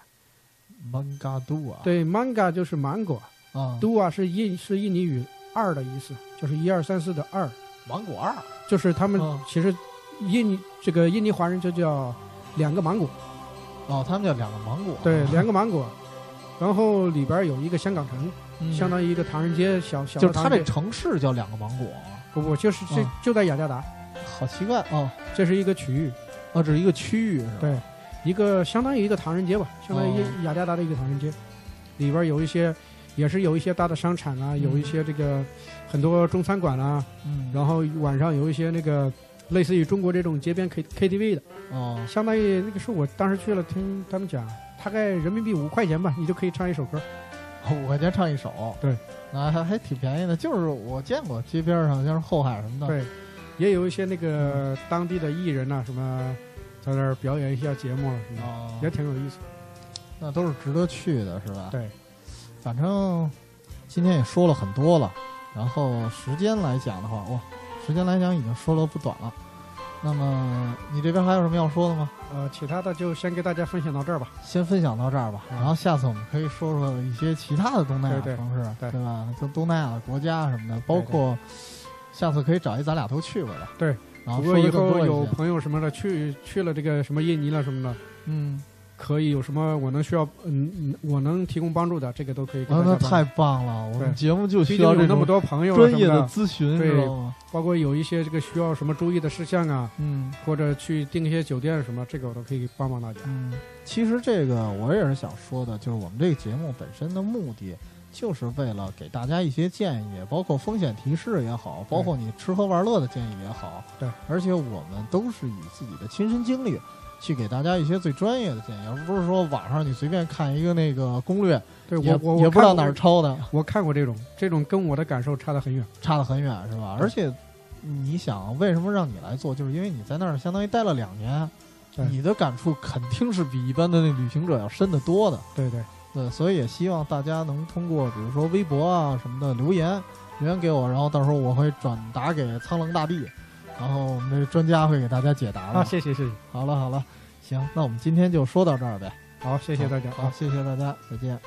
曼嘎杜啊，
对，Manga 就是芒果
啊，
，Dua 是印是印尼语二的意思，就是一二三四的二。
芒果二，
就是他们
嗯
其实印尼这个印尼华人就叫两个芒果，
哦哦，他们叫两个芒果，
对，两个芒果，然后里边有一个香港城，
嗯
相当于一个唐人街小小
就是
的唐
它
人街
这城市叫两个王国，
不不就是这
啊
就在雅加达，
好奇怪哦
这是一个区域，
哦，这是一个区域是吧？
对一个相当于一个唐人街吧，相当于
哦
雅加达的一个唐人街，里边有一些也是有一些大的商场啊，
嗯
有一些这个很多中餐馆啊，
嗯，
然后晚上有一些那个类似于中国这种街边 K K T V 的，
哦，
相当于那个是我当时去了听他们讲，大概人民币五块钱吧，你就可以唱一首歌。
五块钱唱一首，
对，
啊，还还挺便宜的。就是我见过街边上，像是后海什么的，
对，也有一些那个当地的艺人呐、啊什么在那儿表演一下节目了啊什么的，
哦，
也挺有意思。
那都是值得去的，是吧？
对，
反正今天也说了很多了，然后时间来讲的话，哇，时间来讲已经说了不短了。那么你这边还有什么要说的吗？
呃，其他的就先给大家分享到这儿吧。
先分享到这儿吧，
嗯
然后下次我们可以说说一些其他的东南亚
对对
城市，
对
吧？就东南亚的国家什么的，包括下次可以找一咱俩都去过的，
对，
然后说
如果
的
以
更多
后
一
有
些，
朋友什么的去去了这个什么印尼了什么的，
嗯，
可以有什么我能需要嗯嗯我能提供帮助的，这个都可以给
啊
大，
那
家帮。
太棒了！我们
对
节目就
毕
需
竟
要
有
这
那么
种
多朋友啊
专
什
业
么
的
的，
咨询，
对
知道吗？
包括有一些这个需要什么注意的事项啊，
嗯
或者去订一些酒店什么，这个我都可以帮帮大家。
嗯，其实这个我也是想说的，就是我们这个节目本身的目的，就是为了给大家一些建议，包括风险提示也好，包括你吃喝玩乐的建议也好。
对，
而且我们都是以自己的亲身经历。去给大家一些最专业的建议，而不是说网上你随便看一个那个攻略，
对
也
我我
也
我
不知道
看
哪
过
儿抄 的。
我看过这种，这种跟我的感受差得很远。
差得很远，是吧？而且你想，为什么让你来做？就是因为你在那儿相当于待了两年，
对
你的感触肯定是比一般的那旅行者要深得多的。
对对，
对，呃所以也希望大家能通过比如说微博啊什么的留言留言给我，然后到时候我会转达给苍狼大帝，然后我们这专家会给大家解答的。
谢谢谢谢，
好了好了，行，那我们今天就说到这儿呗。
好，谢谢大家
好，
啊，
谢谢大家，再见。